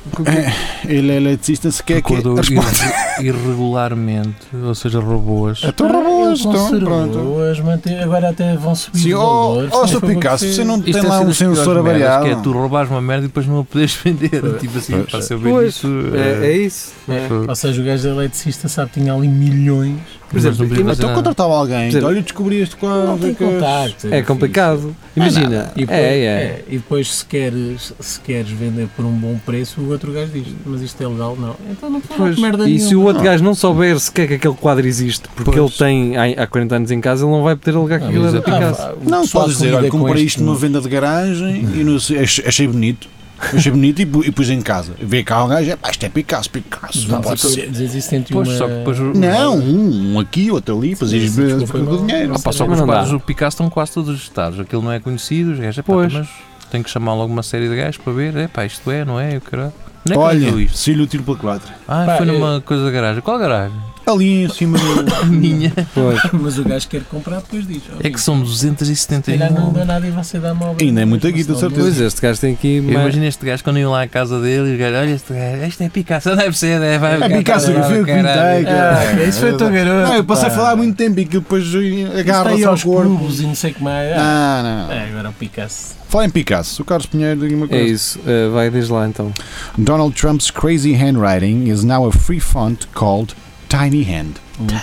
Speaker 6: ele é eletricista, se quer que.
Speaker 7: Acordou
Speaker 6: Responde.
Speaker 7: irre- irregularmente, ou seja, roubou-as.
Speaker 3: é
Speaker 6: Então
Speaker 4: Ah,
Speaker 6: roubou-as, então, pronto.
Speaker 4: Boas, mantém, agora até vão subir
Speaker 6: Sim,
Speaker 4: o
Speaker 6: ó,
Speaker 4: valor.
Speaker 6: ó,
Speaker 4: Foi
Speaker 6: Sr.
Speaker 4: o que
Speaker 6: Picasso,
Speaker 4: fez.
Speaker 6: você não
Speaker 7: é Isto
Speaker 6: tem
Speaker 7: é
Speaker 6: lá
Speaker 7: ser
Speaker 6: um
Speaker 7: das piores
Speaker 6: sensor
Speaker 7: merdas,
Speaker 6: avariado.
Speaker 7: Que é tu roubares uma merda e depois não a podes vender. tipo assim,
Speaker 6: Pois.
Speaker 7: pá, se eu ver
Speaker 3: Pois.
Speaker 7: isso.
Speaker 3: É, é isso. não é?
Speaker 4: Ou seja, o gajo eletricista sabe que tinha ali milhões.
Speaker 3: Por exemplo,
Speaker 7: Mas
Speaker 6: Então
Speaker 7: não- é?
Speaker 6: contratava alguém.
Speaker 3: Quer dizer,
Speaker 6: Olha, descobri este quadro.
Speaker 4: Não tem
Speaker 6: que-
Speaker 4: contacto.
Speaker 3: Ah, É complicado. Imagina.
Speaker 4: E depois,
Speaker 3: É, é.
Speaker 4: é, e depois se, queres, se queres vender por um bom preço, o outro gajo diz, mas isto é legal, não. Então não faz
Speaker 3: Pois,
Speaker 4: merda
Speaker 3: e
Speaker 4: nenhuma.
Speaker 3: se o outro gajo não souber sequer que aquele quadro existe, porque
Speaker 7: Pois.
Speaker 3: ele tem há há 40 anos em casa, ele não vai poder alegar que
Speaker 4: Ah,
Speaker 3: aquilo é da
Speaker 7: exato.
Speaker 3: Picasso.
Speaker 4: vá, o
Speaker 6: Não,
Speaker 4: pessoal
Speaker 6: pode dizer,
Speaker 4: lida
Speaker 6: olha,
Speaker 4: com
Speaker 6: comprei
Speaker 4: este
Speaker 6: isto numa venda de garagem e não sei, ach- achei bonito. Achei bonito e, pu- e pus em casa. Vê cá um gajo, é, pá, isto é Picasso, Picasso. Não,
Speaker 4: Não,
Speaker 6: pode ser.
Speaker 4: 271
Speaker 7: Pois, só que depois.
Speaker 6: Não, um aqui, outro ali, fazer
Speaker 4: sim, desculpa,
Speaker 6: com
Speaker 4: não-
Speaker 6: dinheiro.
Speaker 4: não é
Speaker 7: Ah, pá, só que
Speaker 3: Mas não
Speaker 7: os quadros
Speaker 3: dá.
Speaker 7: do Picasso estão quase todos registados. Aquilo não é conhecido, os gajos é pá,
Speaker 3: Pois.
Speaker 7: mas tem que chamar logo uma série de gajos para ver. É pá, isto é, não é? Eu quero. Onde é que aconteceu
Speaker 6: Olha,
Speaker 7: isto?
Speaker 6: se lhe o tiro pela quadra.
Speaker 7: Ah,
Speaker 4: Pá,
Speaker 7: foi
Speaker 4: eu-
Speaker 7: numa coisa da garagem. Qual garagem?
Speaker 6: Ali em cima do.
Speaker 7: A minha.
Speaker 3: Pois.
Speaker 4: Mas o gajo quer comprar, depois diz.
Speaker 7: É que são
Speaker 4: Se calhar não
Speaker 7: 271.
Speaker 4: dá nada e vai ser dar uma obra.
Speaker 6: Ainda é muita guita,
Speaker 4: Mas não-
Speaker 6: certeza.
Speaker 3: Pois, este gajo tem aqui
Speaker 7: Eu
Speaker 3: mais.
Speaker 7: imagino este gajo quando eu ia lá à casa dele e o gajo, olha este gajo, este é Picasso, deve ser, é, vai,
Speaker 6: É
Speaker 7: vai,
Speaker 6: Picasso,
Speaker 7: vai,
Speaker 6: eu vi o que
Speaker 7: caralho."
Speaker 6: pintei, cara.
Speaker 4: Ah, ok, isso foi o teu garoto.
Speaker 6: Não, eu passei a
Speaker 4: pá.
Speaker 6: falar há muito tempo e que depois
Speaker 4: Está aí
Speaker 6: agarra-se ao
Speaker 4: aos
Speaker 6: corpo.
Speaker 4: clubes e não sei o que mais. Ah,
Speaker 6: Não, não, não.
Speaker 4: é, agora o Picasso.
Speaker 6: Fala em Picasso, o Carlos Pinheiro diga uma
Speaker 3: É
Speaker 6: coisa.
Speaker 3: isso. Uh, vai desde lá então.
Speaker 6: Donald Trump's crazy handwriting is now a free font called Tiny Hand.
Speaker 7: Tá, né?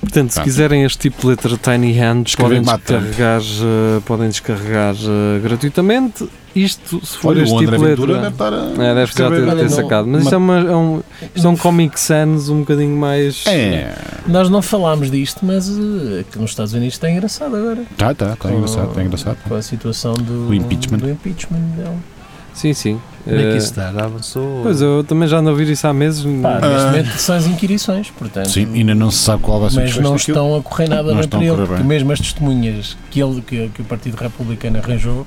Speaker 3: Portanto, se
Speaker 6: Tá.
Speaker 3: quiserem este tipo de letra Tiny Hand,
Speaker 6: Escrever
Speaker 3: podem
Speaker 6: mata.
Speaker 3: descarregar, eh, podem descarregar eh, gratuitamente. Isto, se for
Speaker 6: Olha,
Speaker 3: este
Speaker 6: o
Speaker 3: tipo
Speaker 6: André
Speaker 3: de
Speaker 6: Ventura
Speaker 3: letra.
Speaker 6: deve estar a.
Speaker 3: É, deve já ter,
Speaker 6: escrever.
Speaker 4: Olha,
Speaker 3: ter
Speaker 4: não-
Speaker 3: sacado. Mas isto é, uma, é um, isto é um Comic Sans um bocadinho mais.
Speaker 6: É,
Speaker 4: Nós não falámos disto, mas eh, que nos Estados Unidos está engraçado agora.
Speaker 6: tá, tá,
Speaker 4: Oh.
Speaker 6: tá engraçado, tá engraçado.
Speaker 4: Com a situação do
Speaker 6: O impeachment.
Speaker 4: Do impeachment dele.
Speaker 3: Sim, sim.
Speaker 7: Como é
Speaker 3: Eh,
Speaker 7: que isso está? Já avançou?
Speaker 3: Pois eu também já ando a ouvir isso há meses.
Speaker 4: Pá,
Speaker 6: Ah.
Speaker 4: neste momento são as inquirições, portanto.
Speaker 6: Sim, ainda não se sabe qual vai ser o
Speaker 4: Mas
Speaker 6: desfecho
Speaker 4: não
Speaker 6: daquilo.
Speaker 4: estão a correr nada
Speaker 6: Não
Speaker 4: bem
Speaker 6: estão
Speaker 4: para
Speaker 6: a
Speaker 4: ele,
Speaker 6: correr
Speaker 4: porque
Speaker 6: bem.
Speaker 4: mesmo as testemunhas que, ele, que, que o Partido Republicano arranjou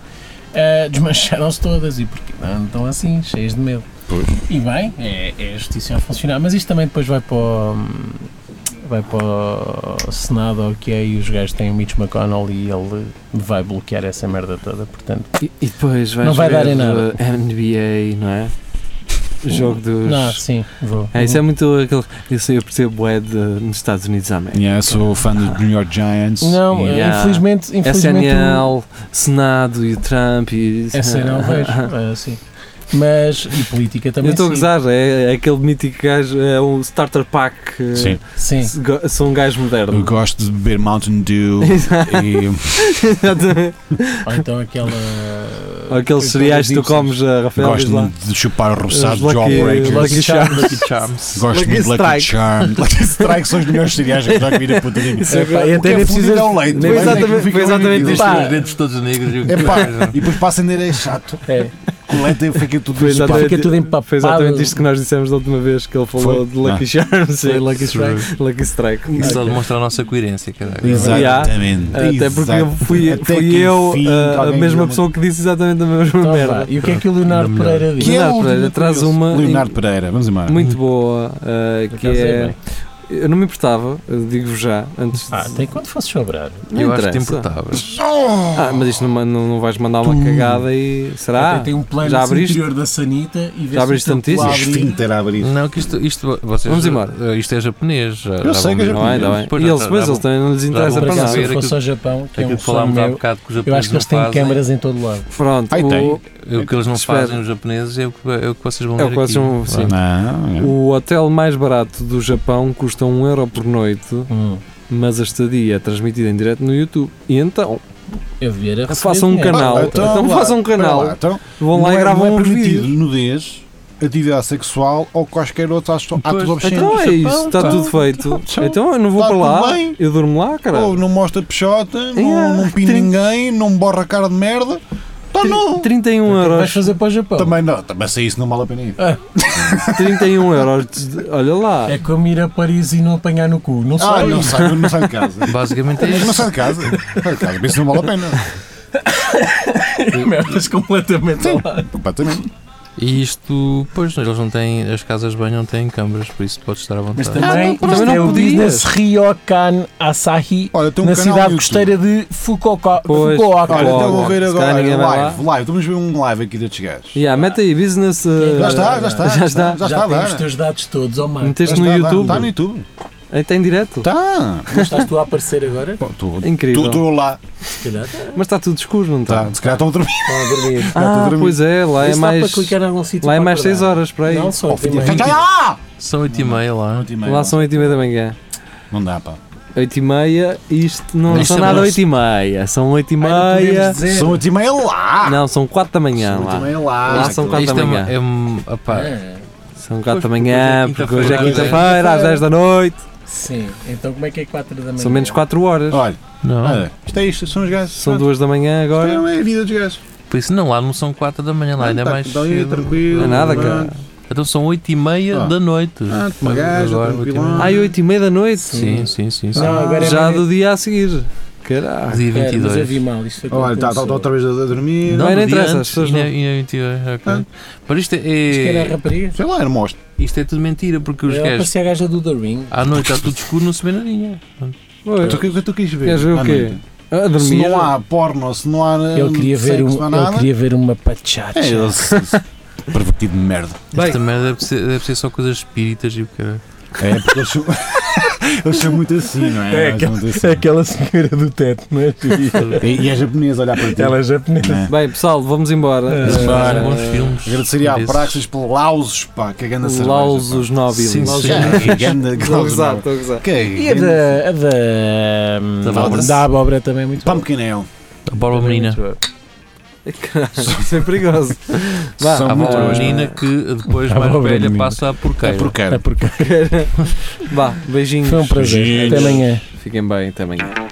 Speaker 4: ah, desmancharam-se todas e porque não estão assim, cheias de medo.
Speaker 6: Pois.
Speaker 4: E bem, é, é a justiça a funcionar, mas isto também depois vai para o, vai para o Senado, ok, e os gajos têm o Mitch McConnell e ele vai bloquear essa merda toda, portanto.
Speaker 3: E, e depois vais
Speaker 4: Não vai
Speaker 3: ver
Speaker 4: dar em nada.
Speaker 3: eh, NBA, não é? Jogo dos.
Speaker 4: Não, Ah, sim, vou.
Speaker 3: É, isso é muito aquele. Isso eu percebo é de, nos Estados Unidos amém.
Speaker 6: Yeah, sou fã dos New York Giants.
Speaker 4: Não,
Speaker 6: E-
Speaker 3: Yeah. é
Speaker 4: infelizmente, infelizmente o-
Speaker 3: SNL, Senado e o Trump e.
Speaker 4: Essa eu não vejo, ah, sim. Mas, e política
Speaker 3: Eu
Speaker 4: também
Speaker 3: estou a
Speaker 4: sim.
Speaker 3: gozar, é, é aquele mítico gajo, é o starter pack. eh,
Speaker 6: Sim,
Speaker 4: Sim.
Speaker 3: se go- Sou um gajo
Speaker 6: eu
Speaker 3: moderno.
Speaker 6: gosto de beber Mountain Dew e
Speaker 3: Exatamente.
Speaker 4: Ou então aquela...
Speaker 3: Ou Aqueles cereais que tu comes, eh, Rafael, diz lá.
Speaker 6: gosto de chupar roçado
Speaker 3: Lucky-
Speaker 6: Jawbreaker.
Speaker 3: Lucky
Speaker 4: Lucky
Speaker 3: Charms.
Speaker 7: Lucky Charms.
Speaker 6: Gosto
Speaker 3: Lucky
Speaker 6: muito de Lucky
Speaker 3: Strike.
Speaker 6: Charm. Lucky Strike são os melhores cereais que eu já comi na puta da minha
Speaker 3: Isso é
Speaker 6: vida.
Speaker 3: que-
Speaker 6: O que é
Speaker 3: nem
Speaker 6: fudido
Speaker 3: precisas-
Speaker 6: é o leite,
Speaker 3: nem-
Speaker 6: não é?
Speaker 3: Foi exatamente-
Speaker 6: Que fica
Speaker 3: foi exatamente
Speaker 6: horrível.
Speaker 7: Tens
Speaker 3: isto.
Speaker 7: os dentes todos negros e o
Speaker 6: É pá,
Speaker 7: caralho. né?
Speaker 6: e depois para acender é chato.
Speaker 4: É,
Speaker 6: Com leite fica tudo
Speaker 3: Foi exatamente-
Speaker 4: fica tudo empapado. Ah.
Speaker 3: Foi exatamente isto que nós dissemos da última vez que ele falou
Speaker 6: Foi?
Speaker 3: de Lucky Charms e
Speaker 4: Foi Lucky Strike.
Speaker 3: Lucky Strike.
Speaker 7: Isso só demonstra a nossa coerência, caralho.
Speaker 6: Exatamente.
Speaker 3: Até porque eu fui,
Speaker 6: Até
Speaker 3: fui
Speaker 6: que
Speaker 3: eu
Speaker 6: enfim,
Speaker 7: tá
Speaker 3: a- a
Speaker 6: alguém viu
Speaker 3: mesma
Speaker 6: uma-
Speaker 3: pessoa que disse exatamente a mesma
Speaker 4: Então, vá,
Speaker 3: merda.
Speaker 4: e o que é que o Leonardo
Speaker 7: Ainda
Speaker 4: Pereira diz?
Speaker 6: Que é
Speaker 3: Leonardo
Speaker 6: o
Speaker 3: Pereira
Speaker 6: último
Speaker 3: traz
Speaker 6: curioso?
Speaker 3: uma
Speaker 6: Leonardo Pereira, vamos embora.
Speaker 3: muito boa, eh,
Speaker 4: Por
Speaker 3: que
Speaker 4: acaso é
Speaker 3: é
Speaker 4: bem.
Speaker 3: Eu não me importava, eu digo-vos já, antes de.
Speaker 4: Ah, tem quando fosse sobrar.
Speaker 3: Não
Speaker 7: eu acho que te
Speaker 3: interessa.
Speaker 7: importavas.
Speaker 3: Ah, mas isto não, ma- não, não vais mandar uma cagada e. Será?
Speaker 4: Até tem um plano
Speaker 3: já
Speaker 4: no
Speaker 3: abriste?
Speaker 4: interior da sanita e vê
Speaker 3: Já
Speaker 4: se
Speaker 3: abriste
Speaker 4: o
Speaker 3: a
Speaker 4: teu
Speaker 3: notícia?
Speaker 4: abrir.
Speaker 1: Esfíncter a abrir.
Speaker 7: Não, que isto, isto, vocês,
Speaker 3: Vamos embora.
Speaker 7: Isto é japonês. Já,
Speaker 6: Eu sei que é
Speaker 3: Não é? Não é?
Speaker 7: Pois,
Speaker 3: E
Speaker 7: já- tá,
Speaker 3: eles,
Speaker 7: já
Speaker 3: mas
Speaker 7: vão-
Speaker 3: eles também não lhes
Speaker 7: Mas
Speaker 3: interessa
Speaker 7: vão
Speaker 4: Por
Speaker 3: para
Speaker 7: acaso,
Speaker 4: acaso,
Speaker 3: nada.
Speaker 7: ver
Speaker 4: se fosse
Speaker 7: aquilo-
Speaker 4: ao Japão, que é
Speaker 7: Aquilo
Speaker 4: um
Speaker 7: que falámos há
Speaker 4: sonho meu,
Speaker 7: bocado que os
Speaker 4: eu
Speaker 7: japoneses
Speaker 4: acho que eles
Speaker 7: não
Speaker 4: têm
Speaker 7: fazem,
Speaker 4: câmaras em todo lado.
Speaker 3: Pronto,
Speaker 6: Ai, tem.
Speaker 3: o,
Speaker 7: O que eles não
Speaker 3: Espera.
Speaker 7: fazem, os japoneses, é o que, é o que vocês vão
Speaker 3: É o
Speaker 7: ver
Speaker 3: que vocês
Speaker 7: aqui.
Speaker 3: vão- sim.
Speaker 7: Vá.
Speaker 6: Não,
Speaker 3: o hotel mais barato do Japão custa 1 euro por noite,
Speaker 4: Hum,
Speaker 3: mas a estadia é transmitida em direto no YouTube. E então,
Speaker 4: eu devia era receber
Speaker 3: façam um
Speaker 4: dinheiro.
Speaker 3: canal. Então
Speaker 6: Ah, vá,
Speaker 3: façam um
Speaker 6: espera lá,
Speaker 3: canal.
Speaker 6: então,
Speaker 3: Vão lá
Speaker 6: não
Speaker 3: e
Speaker 6: é-
Speaker 3: gravam um
Speaker 6: não é
Speaker 3: uns
Speaker 6: permitido
Speaker 3: vídeos.
Speaker 6: nudez, atividade sexual ou quaisquer outros atos atos obscenos.
Speaker 3: Então é isso, está
Speaker 6: Então,
Speaker 3: tudo feito.
Speaker 6: então,
Speaker 3: Então eu não vou
Speaker 6: tá
Speaker 3: para lá,
Speaker 6: tudo bem. Oh,
Speaker 3: eu durmo lá,
Speaker 6: Ou
Speaker 3: caralho.
Speaker 6: não mostra peixota,
Speaker 3: Yeah,
Speaker 6: não, não pina
Speaker 3: trin-
Speaker 6: ninguém, não borra a cara de merda. Está nu.
Speaker 3: 31
Speaker 4: Vais
Speaker 3: euros.
Speaker 4: fazer para o Japão.
Speaker 6: Também não, também se isso não vale a pena
Speaker 3: Ah,
Speaker 6: ir.
Speaker 3: 31 euros. de- Olha lá.
Speaker 4: É como ir a Paris e não apanhar no cu. Não
Speaker 6: Ah,
Speaker 4: sei.
Speaker 6: não sai, não sai de casa.
Speaker 7: Basicamente é
Speaker 6: Não
Speaker 7: isso.
Speaker 6: sai de casa. Não sai de casa, isso não vale a pena.
Speaker 4: Merdas completamente ao lado.
Speaker 6: Completamente.
Speaker 7: E isto, pois, eles não têm, as casas de banho não têm câmaras, por isso podes estar à vontade.
Speaker 4: Mas também,
Speaker 3: pronto.
Speaker 4: também
Speaker 3: Não
Speaker 4: não
Speaker 3: podia.
Speaker 4: podia. Business Ryokan Asahi,
Speaker 6: Olha, tem um
Speaker 4: na
Speaker 6: canal
Speaker 4: cidade
Speaker 6: no
Speaker 4: costeira de Fukuoka.
Speaker 3: Pois.
Speaker 4: Fukuoka.
Speaker 6: Olha, então
Speaker 3: Olha,
Speaker 6: vou ver
Speaker 3: se calhar
Speaker 6: agora.
Speaker 3: ninguém
Speaker 6: Live,
Speaker 3: vai lá.
Speaker 6: live. Vamos ver um live aqui destes gajos.
Speaker 3: Yeah, mete aí, business. uh,
Speaker 6: Já está, já está.
Speaker 3: Já está.
Speaker 6: Já
Speaker 4: Já
Speaker 6: está,
Speaker 4: tem os
Speaker 6: dá.
Speaker 4: teus dados todos, ó oh, Marco.
Speaker 3: Meteste no
Speaker 6: Já está, dá.
Speaker 3: YouTube.
Speaker 6: Está no YouTube.
Speaker 3: Aí eh, tem direto.
Speaker 6: Tá.
Speaker 3: É
Speaker 6: Está.
Speaker 4: Não Estás tu a aparecer agora?
Speaker 6: Estou-
Speaker 3: Incrível.
Speaker 6: estou- Estou lá.
Speaker 4: Se calhar estão
Speaker 3: Mas está tudo escuro, não está?
Speaker 6: Tá, Se calhar estão a dormir.
Speaker 4: a dormir.
Speaker 3: Ah,
Speaker 6: tudo a
Speaker 3: pois é, lá é
Speaker 4: Isso dá
Speaker 3: mais.
Speaker 4: para clicar em algum sítio
Speaker 3: Lá é
Speaker 4: para
Speaker 3: mais
Speaker 4: acordar.
Speaker 3: 6 horas, para aí.
Speaker 4: Não, só
Speaker 6: Oh,
Speaker 4: tem
Speaker 6: filha,
Speaker 4: mais-
Speaker 6: já- já!
Speaker 7: São 8 e meia lá.
Speaker 3: Lá são 8 e meia da manhã.
Speaker 6: Não dá, pá.
Speaker 3: 8 e meia, isto não
Speaker 7: Isto
Speaker 3: são
Speaker 7: é
Speaker 3: nada
Speaker 7: bom.
Speaker 3: 8 e meia. São 8 e
Speaker 4: Ai, não
Speaker 3: meia.
Speaker 4: podemos dizer.
Speaker 6: São 8 e meia lá!
Speaker 3: Não, são 4 da manhã
Speaker 6: São 8 e
Speaker 3: lá.
Speaker 6: meia lá!
Speaker 3: Lá Ah, são
Speaker 6: Aquilo.
Speaker 3: quatro.
Speaker 7: Isto é, uma,
Speaker 3: manhã.
Speaker 7: é uma- opá,
Speaker 4: Ah,
Speaker 3: São 4 da
Speaker 7: Pois,
Speaker 3: manhã, porque
Speaker 7: porque
Speaker 3: hoje
Speaker 7: hoje
Speaker 3: é
Speaker 7: é
Speaker 3: quinta-feira, às 10 da noite.
Speaker 4: Sim, então como é que é 4 da manhã?
Speaker 3: São menos 4 horas.
Speaker 6: Olha,
Speaker 7: não.
Speaker 6: olha, isto é isto, são os gajos.
Speaker 3: São
Speaker 6: Pronto.
Speaker 3: 2 da manhã agora.
Speaker 6: Isto é a vida dos gajos.
Speaker 7: Por isso, não, lá não são 4 da manhã, lá ainda é
Speaker 6: Tá,
Speaker 7: mais.
Speaker 6: tá aí,
Speaker 7: cedo.
Speaker 6: tranquilo.
Speaker 3: Não é nada,
Speaker 6: pronto.
Speaker 3: cara.
Speaker 7: Então são 8 e meia
Speaker 6: Ah.
Speaker 7: da noite.
Speaker 6: Ah, uma gaja, tranquilão.
Speaker 7: meia.
Speaker 3: Ai, 8 e meia da noite?
Speaker 7: Sim, sim, sim. sim.
Speaker 4: Não, agora é
Speaker 3: Já
Speaker 4: mais-
Speaker 3: do dia a seguir. Caralho.
Speaker 7: Dia
Speaker 4: Espera, Mas eu vi
Speaker 7: 22.
Speaker 4: mal, isto foi quando
Speaker 6: Olha, está
Speaker 4: começou.
Speaker 6: outra vez a a dormir.
Speaker 3: Não,
Speaker 7: no
Speaker 3: não
Speaker 7: dia
Speaker 3: interessa,
Speaker 7: antes,
Speaker 3: as pessoas
Speaker 7: e na-
Speaker 3: não- Ah.
Speaker 7: e na 22, ok. Para isto é,
Speaker 4: Acho que era a
Speaker 7: é,
Speaker 4: rapariga.
Speaker 6: Sei lá, era mostro.
Speaker 7: isto é tudo mentira, porque os
Speaker 4: Ela
Speaker 7: gajos
Speaker 4: parecia a gaja do The Ring.
Speaker 7: à noite está tudo escuro, não se vê nadinha.
Speaker 3: Oi,
Speaker 6: Tu que tu quis ver?
Speaker 3: Queres ver o
Speaker 6: Ah,
Speaker 3: quê?
Speaker 6: não.
Speaker 3: A
Speaker 6: Se
Speaker 3: dormir?
Speaker 6: não há porno, se não há.
Speaker 4: Ele queria ver,
Speaker 6: sexo,
Speaker 4: um,
Speaker 6: não há
Speaker 4: ele
Speaker 6: nada.
Speaker 4: queria ver uma pachacha.
Speaker 6: É, ele. esse- esse Pervertido de merda.
Speaker 3: Bem,
Speaker 7: Esta merda deve ser, deve ser só coisas espíritas e o caralho.
Speaker 6: É, porque eles são. Eles são muito assim, não é? Eles são muito assim.
Speaker 4: aquela senhora do teto, não é?
Speaker 6: E, e é japonês a olhar para ti.
Speaker 4: é japonesa.
Speaker 6: Não é?
Speaker 3: bem, pessoal, vamos embora.
Speaker 7: Eles fazem
Speaker 3: Eh,
Speaker 7: É. bons filmes.
Speaker 6: Agradeceria à
Speaker 7: desses.
Speaker 6: Praxis pelo Lausos, pá, que é grande cerveja. pá.
Speaker 3: Lausos Nobilis.
Speaker 7: Sim,
Speaker 3: Lausos
Speaker 7: sim.
Speaker 3: Nobilis.
Speaker 6: É, grande-
Speaker 3: Estou a
Speaker 6: grande
Speaker 3: gozar,
Speaker 6: cerveja.
Speaker 3: estou a gozar.
Speaker 6: Que
Speaker 4: E a
Speaker 6: grande-
Speaker 4: da, a da, hum,
Speaker 7: Da abóbora.
Speaker 4: da abóbora também é muito boa.
Speaker 6: Pumpkin Ale.
Speaker 7: A Borba Menina.
Speaker 3: Caralho, Isso é perigoso. Vá,
Speaker 6: São
Speaker 7: A
Speaker 6: muito
Speaker 7: Borba
Speaker 3: boas.
Speaker 7: Menina que depois,
Speaker 4: A
Speaker 7: mais
Speaker 4: abóbora
Speaker 7: velha,
Speaker 4: menina.
Speaker 7: passa a porqueira.
Speaker 6: É porqueiro.
Speaker 4: É porque
Speaker 3: vá, beijinhos.
Speaker 4: foi um prazer. Até amanhã.
Speaker 3: Fiquem bem, até amanhã.